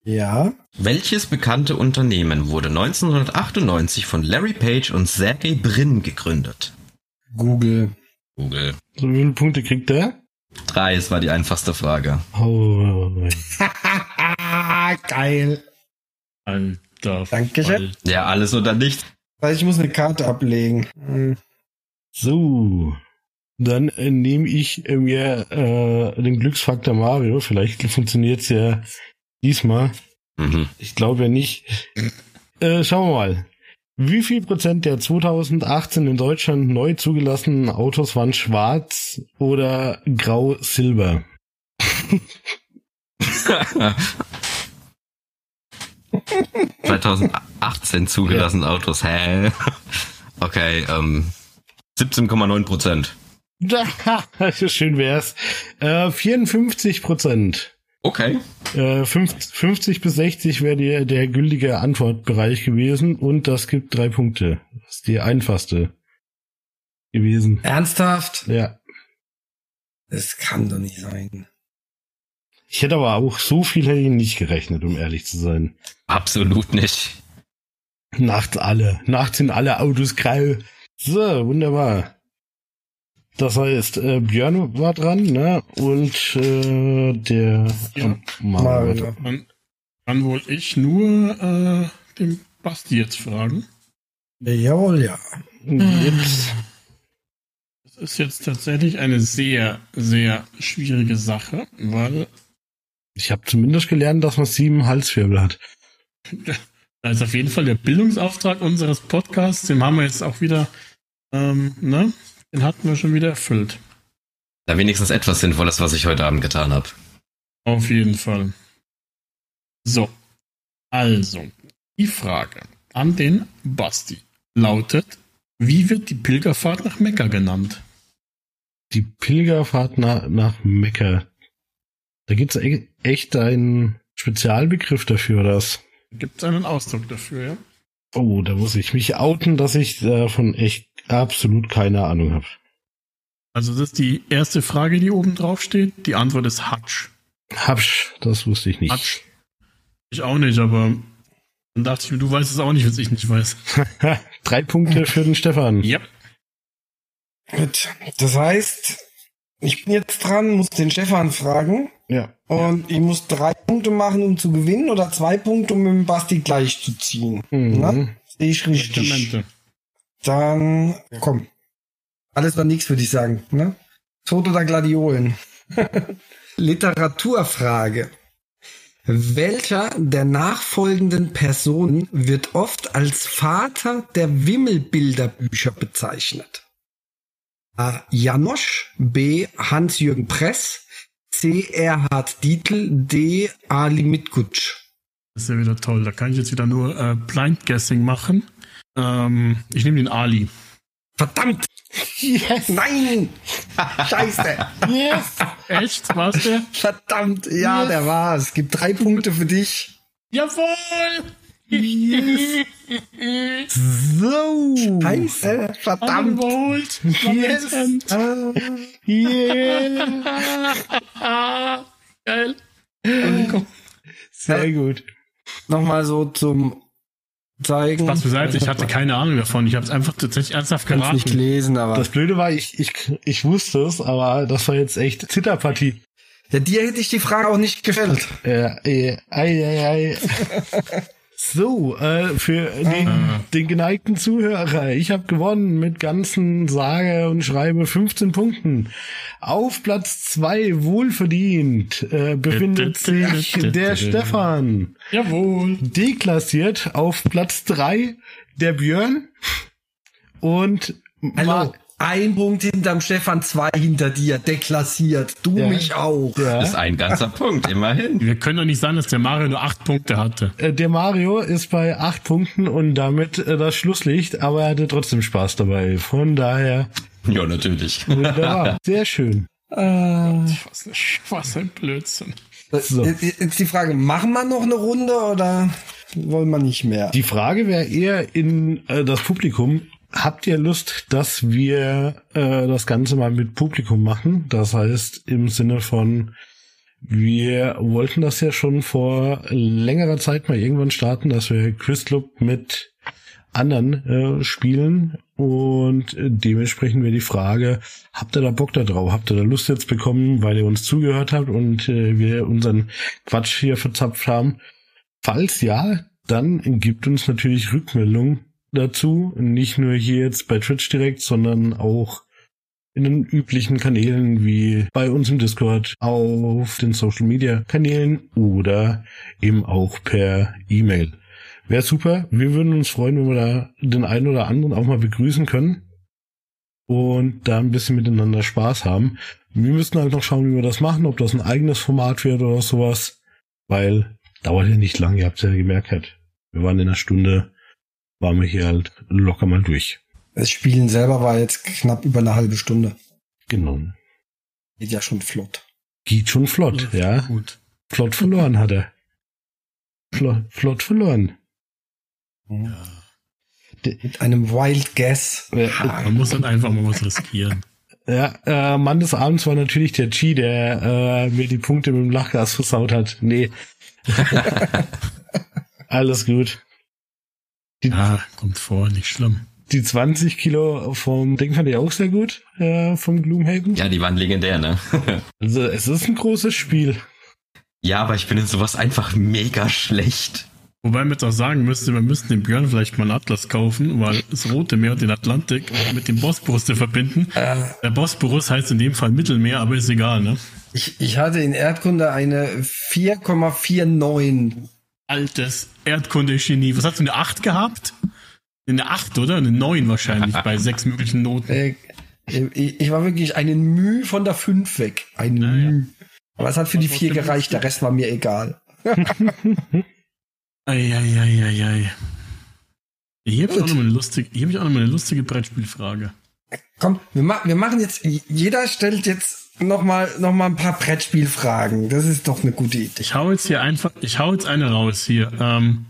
Ja. welches bekannte Unternehmen wurde 1998 von Larry Page und Sergey Brin gegründet? Google. Google. So, wie viele Punkte kriegt der? Drei, es war die einfachste Frage. Oh. Geil. Alter. Dankeschön. Fall. Ja, alles oder nichts. Weil Also, ich muss eine Karte ablegen. Hm. So. Dann äh, nehme ich äh, mir äh, den Glücksfaktor Mario. Vielleicht funktioniert's ja diesmal. Mhm. Ich glaube ja nicht. Äh, schauen wir mal. Wie viel Prozent der 2018 in Deutschland neu zugelassenen Autos waren schwarz oder [laughs] grau-silber? Ach. 2018 zugelassen Autos, hä? [laughs] Okay, ähm, 17,9 Prozent. Schön wär's. Äh, 54 Prozent. Okay. Äh, 50, 50 bis 60 wäre der, der gültige Antwortbereich gewesen und das gibt drei Punkte. Das ist die einfachste gewesen. Ernsthaft? Ja. Das kann doch nicht sein. Ich hätte aber auch so viel hätte ich nicht gerechnet, um ehrlich zu sein. Absolut nicht. Nachts alle. Nachts sind alle Autos grau. So, wunderbar. Das heißt, äh, Björn war dran, ne? Und äh, der Ja. Mario. war Mario. dran. Dann kann wohl ich nur äh, den Basti jetzt fragen. Jawohl, ja. Und Jetzt, Das ist jetzt tatsächlich eine sehr, sehr schwierige Sache, weil ich habe zumindest gelernt, dass man sieben Halswirbel hat. da ist auf jeden Fall der Bildungsauftrag unseres Podcasts, den haben wir jetzt auch wieder, ähm, ne? Den hatten wir schon wieder erfüllt. Da wenigstens etwas Sinnvolles, was ich heute Abend getan habe. Auf jeden Fall. So. Also, die Frage an den Basti lautet, wie wird die Pilgerfahrt nach Mekka genannt? Die Pilgerfahrt na, nach Mekka. Da gibt's e echt einen Spezialbegriff dafür, oder was? Gibt es einen Ausdruck dafür, ja? Oh, da muss ich mich outen, dass ich davon echt absolut keine Ahnung habe. Also das ist die erste Frage, die oben drauf steht. Die Antwort ist Hatsch. Habsch, das wusste ich nicht. Hatsch. Ich auch nicht, aber dann dachte ich mir, du weißt es auch nicht, was ich nicht weiß. [laughs] Drei Punkte für den Stefan. Ja. Gut. Das heißt, ich bin jetzt dran, muss den Stefan fragen. Ja. Und ich muss drei Punkte machen, um zu gewinnen, oder zwei Punkte, um mit dem Basti gleich zu ziehen. Mhm. Na? Sehe ich richtig. Testamente. Dann komm. Alles oder nichts, würde ich sagen. Ne? Tod oder Gladiolen? [laughs] Literaturfrage. Welcher der nachfolgenden Personen wird oft als Vater der Wimmelbilderbücher bezeichnet? A. Janosch, B. Hans-Jürgen Press, C. Erhard Dietl, D. Ali Mitkutsch. Das ist ja wieder toll. Da kann ich jetzt wieder nur äh, Blind Guessing machen. Ähm, ich nehme den Ali. Verdammt! Yes, Nein! Scheiße! yes. [laughs] Echt? War's der? Verdammt! Ja, der war's. Gibt drei Punkte für dich. Jawohl! So. Scheiße, Haben verdammt. überholt. Yes. Moment. Yeah. Geil. Sehr gut. Nochmal so zum Zeigen. Was beiseite, ich hatte keine Ahnung davon. Ich habe es einfach tatsächlich ernsthaft kann es geraten. nicht lesen, aber. Das Blöde war, ich, ich, ich wusste es, aber das war jetzt echt Zitterpartie. ja, dir hätte ich die Frage auch nicht gestellt. Äh, äh, ei, ei, ei. So, äh, für den, den geneigten Zuhörer, ich habe gewonnen mit ganzen sage und schreibe 15 Punkten. Auf Platz 2 wohlverdient äh, befindet sich der Stefan. Jawohl. Deklassiert auf Platz 3 der Björn und Ma- Hallo. Ein Punkt hinterm Stefan, zwei hinter dir, deklassiert. Du Ja. mich auch. Das ist ja, ein [laughs] ganzer Punkt, immerhin. Wir können doch nicht sagen, dass der Mario nur acht Punkte hatte. äh, der Mario ist bei 8 Punkten und damit äh, das Schlusslicht, aber er hatte trotzdem Spaß dabei. Von daher Ja, natürlich. wunderbar, sehr schön. Was, was ein Blödsinn. So. Jetzt, jetzt die Frage, machen wir noch eine Runde oder wollen wir nicht mehr? Die Frage wäre eher in äh, das Publikum. Habt ihr Lust, dass wir äh, das Ganze mal mit Publikum machen? Das heißt im Sinne von, wir wollten das ja schon vor längerer Zeit mal irgendwann starten, dass wir Quizclub mit anderen äh, spielen und äh, dementsprechend wäre die Frage, habt ihr da Bock da drauf? Habt ihr da Lust jetzt bekommen, weil ihr uns zugehört habt und äh, wir unseren Quatsch hier verzapft haben? Falls ja, dann gibt uns natürlich Rückmeldung dazu. Nicht nur hier jetzt bei Twitch direkt, sondern auch in den üblichen Kanälen wie bei uns im Discord, auf den Social Media Kanälen oder eben auch per E-Mail. Wäre super. Wir würden uns freuen, wenn wir da den einen oder anderen auch mal begrüßen können und da ein bisschen miteinander Spaß haben. Wir müssen halt noch schauen, wie wir das machen, ob das ein eigenes Format wird oder sowas, weil dauert ja nicht lang, ihr habt ja gemerkt. halt. Wir waren in einer Stunde, waren wir hier halt locker mal durch. Das Spielen selber war jetzt knapp über eine halbe Stunde. Genau. Geht ja schon flott. Geht schon flott, ja. Gut. Flott verloren hat er. Flott, flott verloren. Mit einem Wild Guess. Ja, Man muss dann einfach mal was riskieren. Äh, Ja, äh, Mann des Abends war natürlich der Chi, der äh, mir die Punkte mit dem Lachgas versaut hat. [laughs] Nee. Alles gut. Ja, kommt vor, nicht schlimm. Die 20 Kilo vom Ding fand ich auch sehr gut, äh, vom Gloomhaven. Ja, die waren legendär, ne? Also es ist ein großes Spiel. Ja, aber ich bin in sowas einfach mega schlecht. Wobei man jetzt auch sagen müsste, wir müssen dem Björn vielleicht mal einen Atlas kaufen, weil das Rote Meer und den Atlantik mit dem Bosporus zu verbinden. Der Bosporus heißt in dem Fall Mittelmeer, aber ist egal, ne? Ich, ich hatte in Erdkunde eine 4,49. Altes Erdkunde-Genie. Was hast du, eine 8 gehabt? Eine 8, oder? Eine 9 wahrscheinlich bei sechs möglichen Noten. Äh, ich, ich war wirklich einen Müh von der 5 weg. Ein Naja. Müh. Aber es hat für die 4 trotzdem gereicht, der Rest war mir egal. Eieieiei. Hier habe ich auch nochmal eine lustige, hier hab ich auch noch mal eine lustige Brettspielfrage. Komm, wir, ma wir machen jetzt, jeder stellt jetzt nochmal noch mal ein paar Brettspielfragen. Das ist doch eine gute Idee. Ich hau jetzt hier einfach, ich hau jetzt eine raus hier. Ähm,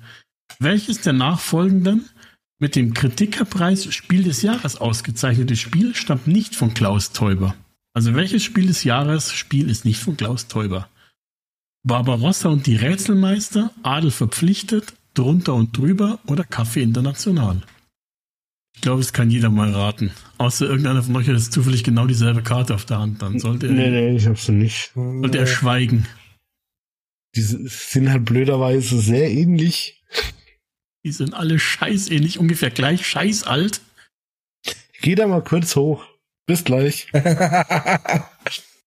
welches der nachfolgenden mit dem Kritikerpreis Spiel des Jahres ausgezeichnetes Spiel stammt nicht von Klaus Teuber. Also welches Spiel des Jahres Spiel ist nicht von Klaus Teuber? Barbarossa und die Rätselmeister, Adel verpflichtet, drunter und drüber oder Kaffee international? Ich glaube, es kann jeder mal raten. Außer irgendeiner von euch hat jetzt zufällig genau dieselbe Karte auf der Hand. Dann sollte er, Nee, nee, ich hab's nicht. [laughs] sollte er schweigen. Die sind halt blöderweise sehr ähnlich. Die sind alle scheißähnlich, ungefähr gleich scheißalt. Geh da mal kurz hoch. Bis gleich.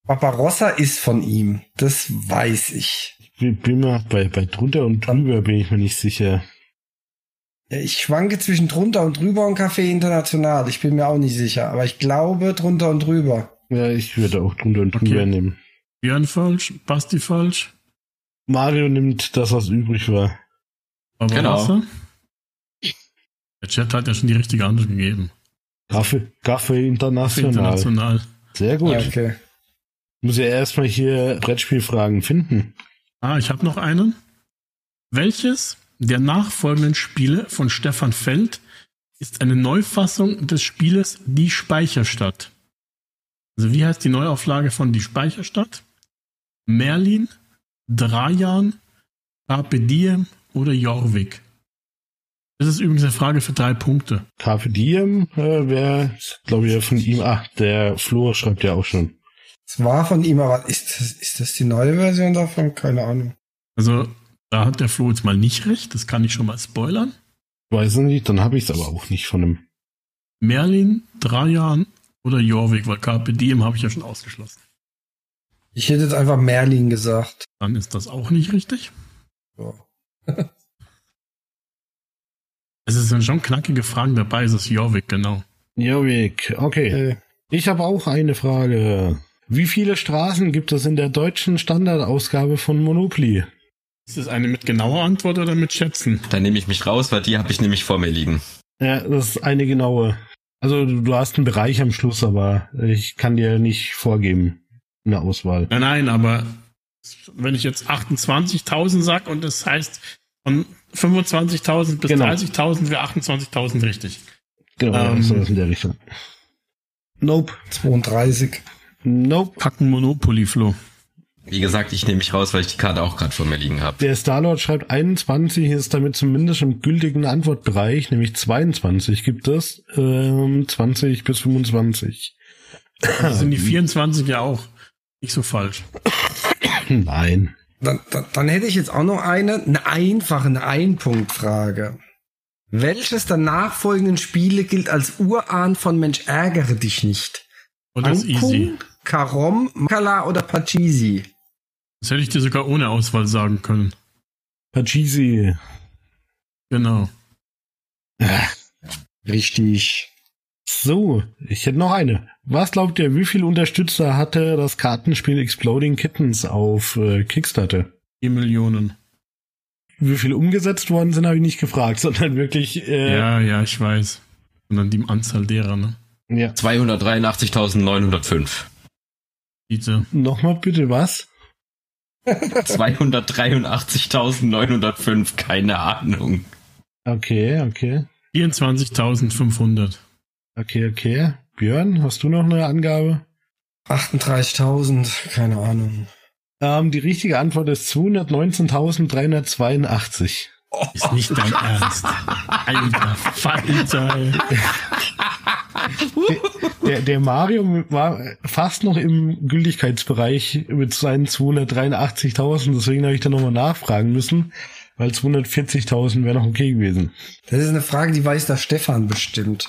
Barbarossa ist von ihm. Das weiß ich. Ich bin mir bei, bei drunter und drüber bin ich mir nicht sicher. Ich schwanke zwischen drunter und drüber und Café International. Ich bin mir auch nicht sicher, aber ich glaube drunter und drüber. Ja, ich würde auch drunter und Okay. drüber nehmen. Björn falsch, Basti falsch, Mario nimmt das, was übrig war. Barbarossa. Der Chat hat ja schon die richtige Antwort gegeben. Kaffee, Kaffee International. International. Sehr gut. Ja, okay. Muss ja erstmal hier Brettspielfragen finden. Ah, ich habe noch einen. Welches der nachfolgenden Spiele von Stefan Feld ist eine Neufassung des Spieles Die Speicherstadt? Also wie heißt die Neuauflage von Die Speicherstadt? Merlin, Drajan, Carpe Diem oder Jorvik? Das ist übrigens eine Frage für drei Punkte. Carpe Diem äh, wäre, glaube ich, von ihm. Ach, der Flur schreibt ja auch schon. Es war von ihm, aber ist das, ist das die neue Version davon? Keine Ahnung. Also da hat der Flo jetzt mal nicht recht, das kann ich schon mal spoilern. Weiß nicht, dann habe ich es aber auch nicht von ihm. Merlin, Drajan oder Jorvik, weil Carpe Diem habe ich ja schon ausgeschlossen. Ich hätte jetzt einfach Merlin gesagt. Dann ist das auch nicht richtig. So. Es sind schon knackige Fragen dabei, es ist Jorvik, genau. Jovik, okay. Äh, Ich habe auch eine Frage. Wie viele Straßen gibt es in der deutschen Standardausgabe von Monopoly? Ist das eine mit genauer Antwort oder mit Schätzen? Da nehme ich mich raus, weil die habe ich nämlich vor mir liegen. Ja, das ist eine genaue. Also du du hast einen Bereich am Schluss, aber ich kann dir nicht vorgeben eine Auswahl. Nein, nein, aber wenn ich jetzt 28.000 sage und das heißt von 25.000 bis Genau. 30.000 wäre 28.000 richtig. Genau, Ähm. so ist in der Richtung. Nope, 32. nope. Packen Monopoly, Flo. Wie gesagt, ich nehme mich raus, weil ich die Karte auch gerade vor mir liegen habe. Der Starlord schreibt 21 ist damit zumindest im gültigen Antwortbereich, nämlich 22 gibt es ähm, 20 bis 25. Das sind die 24 ja auch. Nicht so falsch. Nein. Dann, dann, dann hätte ich jetzt auch noch eine, eine einfache, eine Einpunktfrage. Welches der nachfolgenden Spiele gilt als Urahn von Mensch ärgere dich nicht? Und das ist easy. Ankung, Karom, Makala oder Pachisi? Das hätte ich dir sogar ohne Auswahl sagen können. Pachisi. Genau. Richtig. So, ich hätte noch eine. Was glaubt ihr, wie viele Unterstützer hatte das Kartenspiel Exploding Kittens auf äh, Kickstarter? Die Millionen. Wie viele umgesetzt worden sind, habe ich nicht gefragt, [laughs] sondern wirklich äh, Ja, ja, ich weiß. Und dann die Anzahl derer, ne? ja. 283.905. [laughs] Bitte. Nochmal bitte was? 283.905, keine Ahnung. Okay, okay. 24.500. Okay, okay. Björn, hast du noch eine Angabe? 38.000, keine Ahnung. Ähm, die richtige Antwort ist 219.382. Ist nicht dein Ernst. Alter Falter. ey. Der, der Mario war fast noch im Gültigkeitsbereich mit seinen 283.000, deswegen habe ich da nochmal nachfragen müssen, weil 240.000 wäre noch okay gewesen. Das ist eine Frage, die weiß der Stefan bestimmt.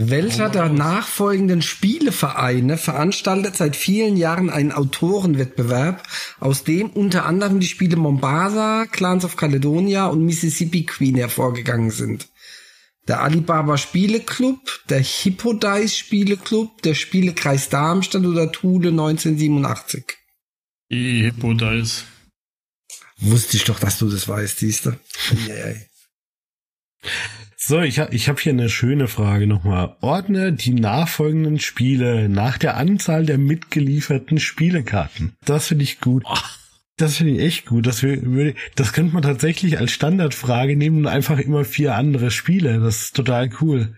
Welcher der nachfolgenden Spielevereine veranstaltet seit vielen Jahren einen Autorenwettbewerb, aus dem unter anderem die Spiele Mombasa, Clans of Caledonia und Mississippi Queen hervorgegangen sind? Der Alibaba Spieleclub, der Hippo Dice Spieleclub, der Spielekreis Darmstadt oder Thule 1987. Die Hippo da ist. Wusste ich doch, dass du das weißt, siehste. So, ich, ha- ich habe hier eine schöne Frage nochmal. Ordne die nachfolgenden Spiele nach der Anzahl der mitgelieferten Spielekarten. Das finde ich gut. Das finde ich echt gut. Das, wür- würde, das könnte man tatsächlich als Standardfrage nehmen und einfach immer vier andere Spiele. Das ist total cool.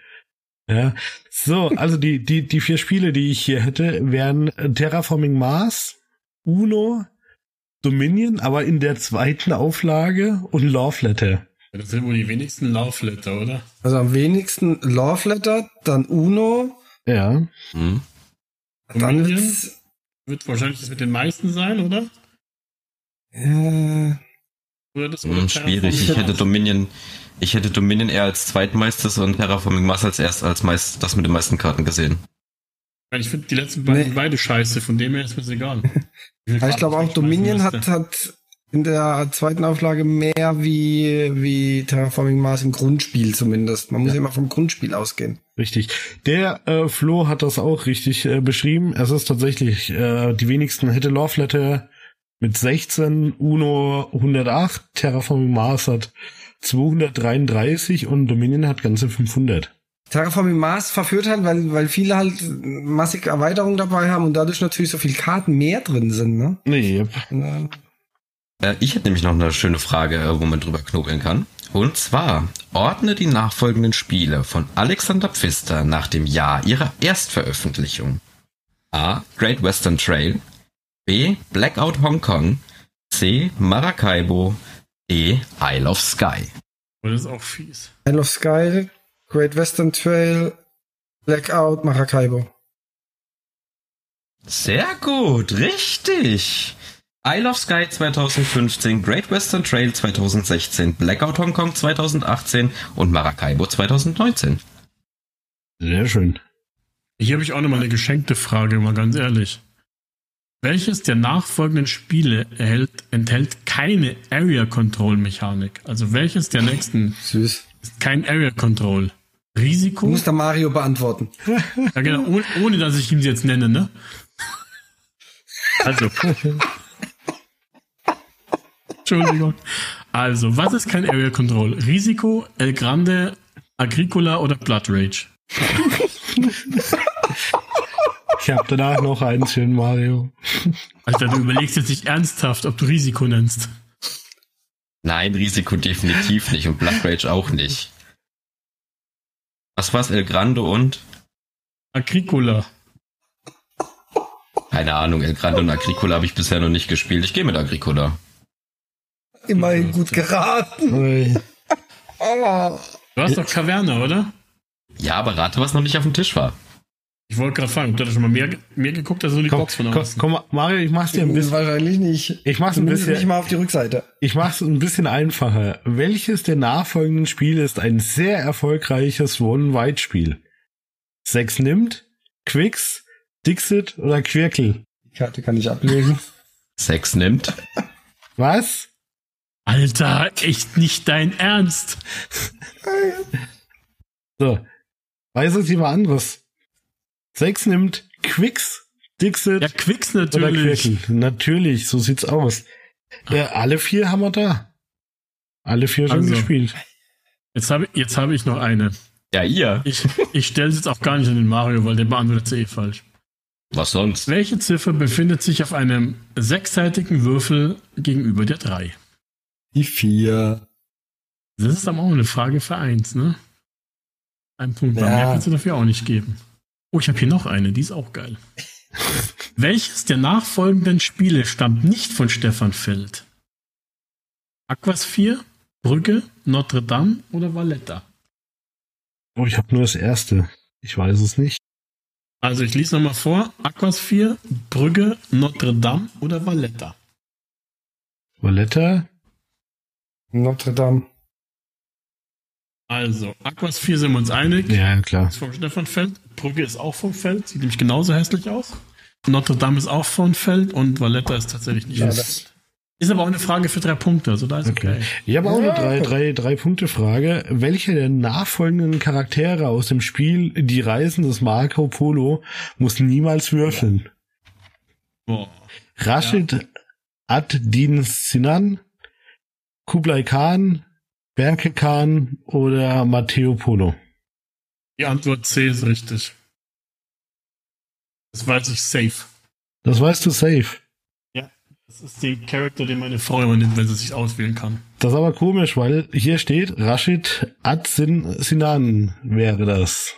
Ja. So, also die, die, die vier Spiele, die ich hier hätte, wären Terraforming Mars, Uno, Dominion, aber in der zweiten Auflage und Love Letter. Das sind wohl die wenigsten Laufletter, oder? Also am wenigsten Love Letter, dann Uno, Ja. Hm. dann Dominion? wird's, Wird wahrscheinlich das mit den meisten sein, oder? äh, oder das Hm, schwierig. Ich hätte Dominion, ich hätte Dominion eher als zweitmeistes und Terraforming Mars als erst als meist, das mit den meisten Karten gesehen. Ich finde die letzten beiden Nee. beide scheiße, von dem her ist mir's egal. [laughs] ja, ich glaube auch Dominion hat, hat in der zweiten Auflage mehr wie, wie Terraforming Mars im Grundspiel zumindest. Man muss ja immer vom Grundspiel ausgehen. Richtig. Der äh, Flo hat das auch richtig äh, beschrieben. Es ist tatsächlich äh, die wenigsten hätte Love Letter mit 16, Uno 108, Terraforming Mars hat 233 und Dominion hat ganze 500. Terraforming Mars verführt halt, weil, weil viele halt massig Erweiterungen dabei haben und dadurch natürlich so viel Karten mehr drin sind, ne? Nee, Und, äh, Äh, Ich hätte nämlich noch eine schöne Frage, äh, wo man drüber knobeln kann. Und zwar, ordne die nachfolgenden Spiele von Alexander Pfister nach dem Jahr ihrer Erstveröffentlichung. A. Great Western Trail. B. Blackout Hong Kong. C. Maracaibo. D. Isle of Sky. Aber das ist auch fies. Isle of Sky, Great Western Trail, Blackout, Maracaibo. Sehr gut, richtig. Isle of Sky 2015, Great Western Trail 2016, Blackout Hong Kong 2018 und Maracaibo 2019. sehr schön. Hier habe ich auch nochmal eine geschenkte Frage, mal ganz ehrlich. Welches der nachfolgenden Spiele erhält, enthält keine Area Control Mechanik? Also welches der nächsten Süß. ist kein Area Control? Du Risiko? musst da Mario beantworten. Ja, genau, ohne, ohne dass ich ihn jetzt nenne, ne? Also. Entschuldigung. Also, was ist kein Area Control? Risiko, El Grande, Agricola oder Blood Rage? Ich habe danach noch eins für den Mario. Alter, Also, du überlegst jetzt nicht ernsthaft, ob du Risiko nennst. Nein, Risiko definitiv nicht und Blood Rage auch nicht. Was war's, El Grande und? Agricola. Keine Ahnung, El Grande und Agricola habe ich bisher noch nicht gespielt. Ich gehe mit Agricola. Immerhin gut geraten. Oh. Äh, Du hast doch Kaverne, oder? Ja, aber rate, was noch nicht auf dem Tisch war. Ich wollte gerade fragen, ob du da schon mal mehr, mehr geguckt hast, nur die Komm, Box von komm, außen. komm, Mario, ich mach's dir ein bisschen, Wahrscheinlich nicht. ich mach's ein Zumindest bisschen nicht mal auf die Rückseite. Ich mache es ein bisschen einfacher. Welches der nachfolgenden Spiele ist ein sehr erfolgreiches One-Wide-Spiel? Sex nimmt, Quicks, Dixit oder Quirkel? Die Karte kann ich ablösen. Sex nimmt. Was? Alter, echt nicht dein Ernst. So. Weiß es jemand anderes? Sex nimmt, Quicks, Dixit Ja, Quicks oder natürlich. Quirkel? Natürlich, so sieht's aus. Ja, alle vier haben wir da. Alle vier schon Also. gespielt. Jetzt habe jetzt hab ich noch eine. Ja, ihr. Ich, ich stelle es jetzt auch gar nicht an den Mario, weil der beantwortet es eh falsch. Was sonst? Welche Ziffer befindet sich auf einem sechsseitigen Würfel gegenüber der 3? Die vier. Das ist aber auch eine Frage für eins, ne? Ein Punkt. Ja. Mehr kannst du dafür auch nicht geben. Oh, ich habe hier noch eine, die ist [laughs] auch geil. Welches der nachfolgenden Spiele stammt nicht von Stefan Feld? Aquas 4, Brügge, Notre Dame oder Valletta? Oh, ich habe nur das erste. Ich weiß es nicht. Also ich lese nochmal vor. Aquas 4, Brügge, Notre Dame oder Valletta? Valletta? Notre Dame. Also, Aquas 4 sind wir uns einig. Ja, klar. ist vom Stefan Feld. Brügge ist auch vom Feld. Sieht nämlich genauso hässlich aus. Notre Dame ist auch vom Feld und Valletta ist tatsächlich nicht. Schade. Yes. Ist aber auch eine Frage für drei Punkte, also da ist okay. Okay. Ich habe auch eine drei, drei, drei Punkte Frage. Welcher der nachfolgenden Charaktere aus dem Spiel Die Reisen des Marco Polo muss niemals würfeln? Boah. Rashid Ad-Din Sinan, Kublai Khan, Berke Khan oder Matteo Polo? Die Antwort C ist richtig. Das weiß ich safe. Das weißt du safe. Das ist die Charakter, den meine Frau immer nimmt, wenn sie sich auswählen kann. Das ist aber komisch, weil hier steht, Rashid Adzin Sinan wäre das.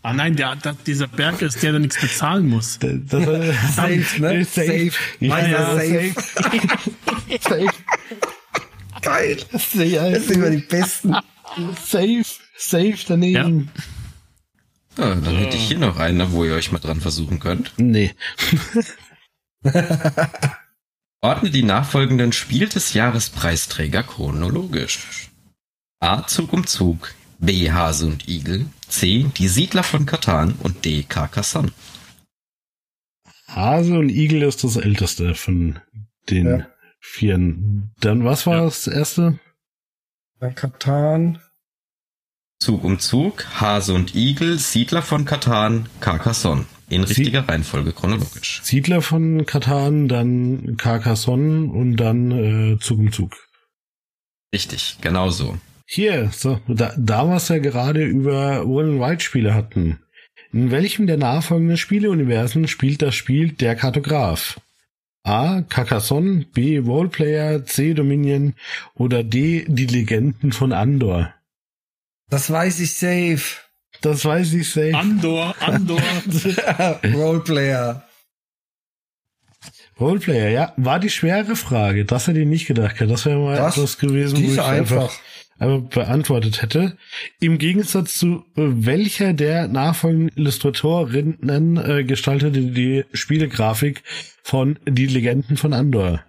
Ah nein, der, der, dieser Berg ist der, der nichts bezahlen muss. D- Das, Safe, ne? Safe. Safe. Ja, Meister ja, safe. safe. Geil. Das sind immer Safe. die [laughs] besten. Safe. Safe daneben. Ja, dann hätte ich hier noch einen, ne, wo ihr euch mal dran versuchen könnt. Nee. Ordne die nachfolgenden Spiel des Jahrespreisträger chronologisch. A. Zug um Zug. B. Hase und Igel. C. Die Siedler von Katan und D. Carcassonne. Hase und Igel ist das älteste von den Ja. Vieren. Dann was war Ja. das erste? Dann Katan. Zug um Zug, Hase und Igel, Siedler von Katan, Carcassonne. In Sie- richtiger Reihenfolge chronologisch. Siedler von Katan, dann Carcassonne und dann äh, Zug um Zug. Richtig, genau so. Hier, so, da, da wir es ja gerade über Owen White Spiele hatten. In welchem der nachfolgenden Spieleuniversen spielt das Spiel Der Kartograf? A. Carcassonne, B. Roleplayer, C. Dominion oder D. Die Legenden von Andor. Das weiß ich safe. [laughs] Das weiß ich safe. Andor, Andor. Roleplayer. Roleplayer, ja, war die schwere Frage. Das hätte ich nicht gedacht. Das wäre mal Das- etwas gewesen, Die ist ich einfach. aber beantwortet hätte. Im Gegensatz zu äh, welcher der nachfolgenden Illustratorinnen äh, gestaltete die Spielegrafik von Die Legenden von Andor?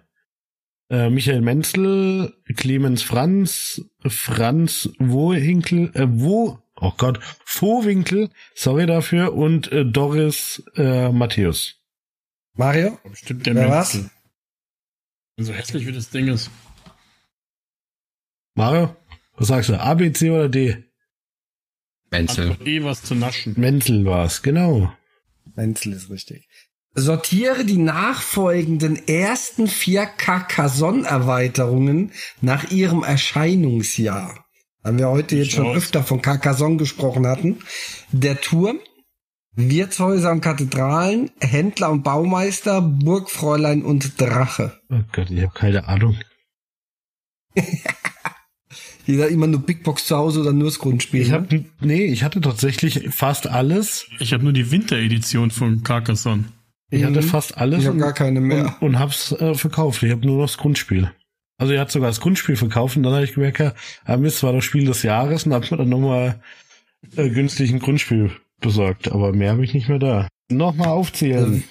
Äh, Michael Menzel, Clemens Franz, Franz Wohinkel, äh, Wo, oh Gott, Vohwinkel, sorry dafür, und äh, Doris äh, Matthäus. Mario? Bestimmt der Wer Menzel. So hässlich wie das Ding ist. Mario, was sagst du? A, B, C oder D? Hat Menzel. doch eh was zu naschen. Menzel war's, genau. Menzel ist richtig. Sortiere die nachfolgenden ersten vier Carcassonne-Erweiterungen nach ihrem Erscheinungsjahr. Haben wir heute jetzt schon Schaut. öfter von Carcassonne gesprochen hatten. Der Turm, Wirtshäuser und Kathedralen, Händler und Baumeister, Burgfräulein und Drache. Oh Gott, ich habe keine Ahnung. Jeder immer nur Big Box zu Hause oder nur das Grundspiel. Ich ne? hab, nee, ich hatte tatsächlich fast alles. Ich habe nur die Winteredition von Carcassonne. Ich hatte Mhm. fast alles Ich hab und, gar keine mehr. und, und hab's äh, verkauft. Ich habe nur noch das Grundspiel. Also er hat sogar das Grundspiel verkauft und dann habe ich gemerkt, ja, ah, Mist war das Spiel des Jahres und hab mir dann nochmal äh, günstig ein Grundspiel besorgt. Aber mehr habe ich nicht mehr da. Nochmal aufzählen.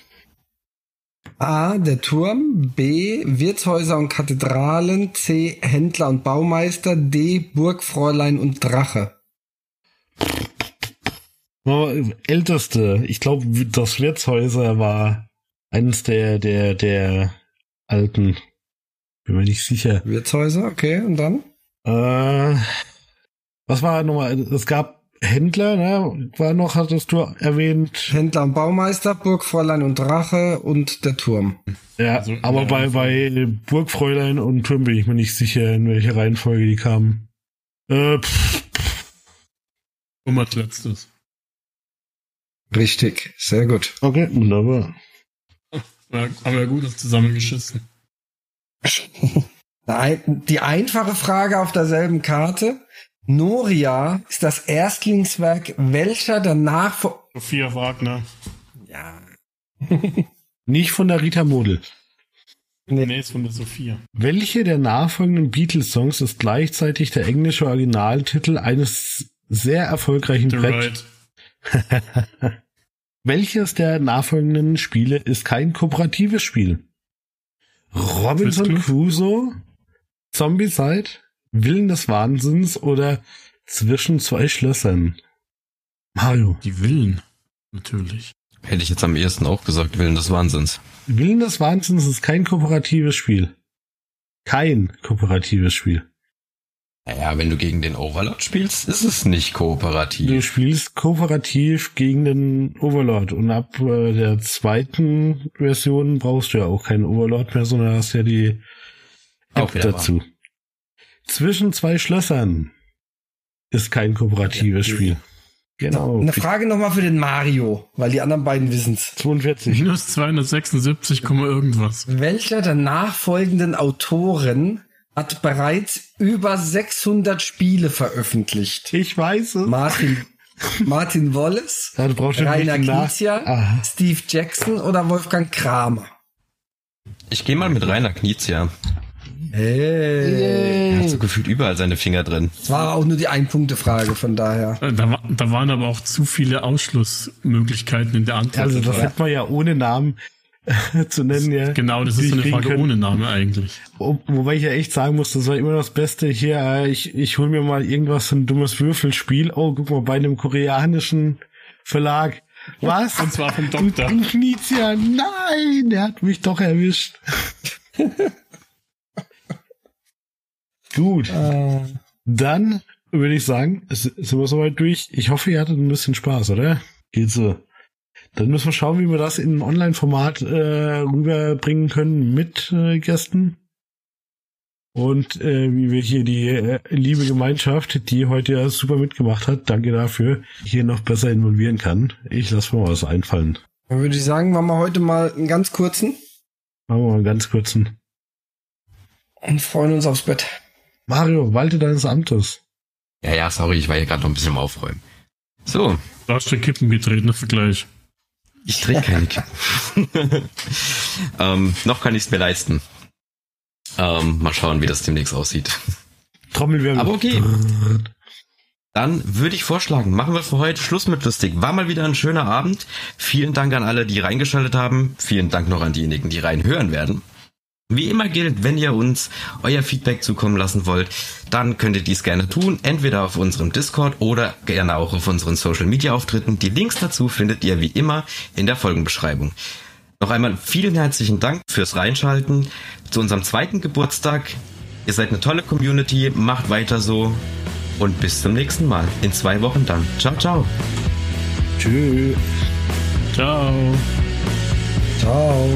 A. Der Turm. B. Wirtshäuser und Kathedralen. C. Händler und Baumeister. D. Burgfräulein und Drache. Machen wir- Älteste, ich glaube, das Wirtshäuser war eines der, der, der alten. Bin mir nicht sicher. Wirtshäuser, okay, und dann? Äh, was war nochmal? Es gab Händler, ne? War noch, hattest du erwähnt. Händler und Baumeister, Burgfräulein und Drache und der Turm. Ja, Also, aber ja, bei, das- bei Burgfräulein und Turm bin ich mir nicht sicher, in welcher Reihenfolge die kamen. Äh, pff, Um als letztes. Richtig, sehr gut. okay, wunderbar. Ja, haben wir gutes zusammengeschissen. Nein, Die einfache Frage auf derselben Karte. Noria ist das Erstlingswerk welcher der Nachfolger... Sophia Wagner. Ja. Nicht von der Rita Model. Nee, ist von der Sophia. Welche der nachfolgenden Beatles-Songs ist gleichzeitig der englische Originaltitel eines sehr erfolgreichen The Brett? Right. Welches der nachfolgenden Spiele ist kein kooperatives Spiel? Robinson Twist Crusoe, Zombieside, Willen des Wahnsinns oder Zwischen zwei Schlössern? Mario, Die Willen. Natürlich. Hätte ich jetzt am ehesten auch gesagt, Willen des Wahnsinns. Willen des Wahnsinns ist kein kooperatives Spiel. Kein kooperatives Spiel. Naja, wenn du gegen den Overlord spielst, ist es nicht Du kooperativ. spielst kooperativ gegen den Overlord und ab äh, der zweiten Version brauchst du ja auch keinen Overlord mehr, sondern hast ja die App Auch wieder dazu. Zwischen zwei Schlössern ist kein kooperatives Ja, Spiel. Genau. Eine Frage nochmal für den Mario, weil die anderen beiden wissen's. 42. Minus 276, Komma irgendwas. Welcher der nachfolgenden Autoren hat bereits über 600 Spiele veröffentlicht? Ich weiß es. Martin, Martin Wallace, Ja, du brauchst ja Rainer nicht nach- Ah. Knizia, Aha. Steve Jackson oder Wolfgang Kramer? Ich gehe mal mit Rainer Knizia. Hey. Er hat so gefühlt überall seine Finger drin. Das war auch nur die Ein-Punkte-Frage, von daher. Äh, Da, wa- da waren aber auch zu viele Ausschlussmöglichkeiten in der Antwort. Also das hätte man ja ohne Namen [laughs] zu nennen, ja. genau, das ist so eine durchkriegen Frage können. ohne Name eigentlich. Wo- Wobei ich ja echt sagen muss, das war immer das Beste hier. äh, Ich, ich hol mir mal irgendwas, so ein dummes Würfelspiel. Oh, guck mal, bei einem koreanischen Verlag. Was? Und zwar vom Du Doktor. Knizia, nein, der hat mich doch [laughs] erwischt. Gut, Ah. Äh, dann würde ich sagen, s- sind wir soweit durch. Ich hoffe, ihr hattet ein bisschen Spaß, oder? Geht so. Dann müssen wir schauen, wie wir das in ein Online-Format äh, rüberbringen können mit äh, Gästen. Und äh, wie wir hier die äh, liebe Gemeinschaft, die heute ja super mitgemacht hat, danke dafür, hier noch besser involvieren kann. Ich lasse mir was einfallen. dann würde ich sagen, machen wir heute mal einen ganz kurzen Machen wir mal einen ganz kurzen. und freuen uns aufs Bett. Mario, walte deines Amtes. Ja, ja, sorry, ich war hier gerade noch ein bisschen am Aufräumen. So, Da hast du Kippen getreten, Vergleich. ich trinke keine Kippen. ähm, noch kann ich es mir leisten. Ähm, mal schauen, wie das demnächst aussieht. Trommelwirbel. Aber okay. Dann würde ich vorschlagen, machen wir für heute Schluss mit lustig. War mal wieder ein schöner Abend. Vielen Dank an alle, die reingeschaltet haben. Vielen Dank noch an diejenigen, die reinhören werden. Wie immer gilt, wenn ihr uns euer Feedback zukommen lassen wollt, dann könnt ihr dies gerne tun, entweder auf unserem Discord oder gerne auch auf unseren Social Media Auftritten. Die Links dazu findet ihr wie immer in der Folgenbeschreibung. Noch einmal vielen herzlichen Dank fürs Reinschalten zu unserem zweiten Geburtstag. Ihr seid eine tolle Community, macht weiter so und bis zum nächsten Mal. In zwei Wochen dann. Ciao, ciao. Tschüss. Ciao. Ciao.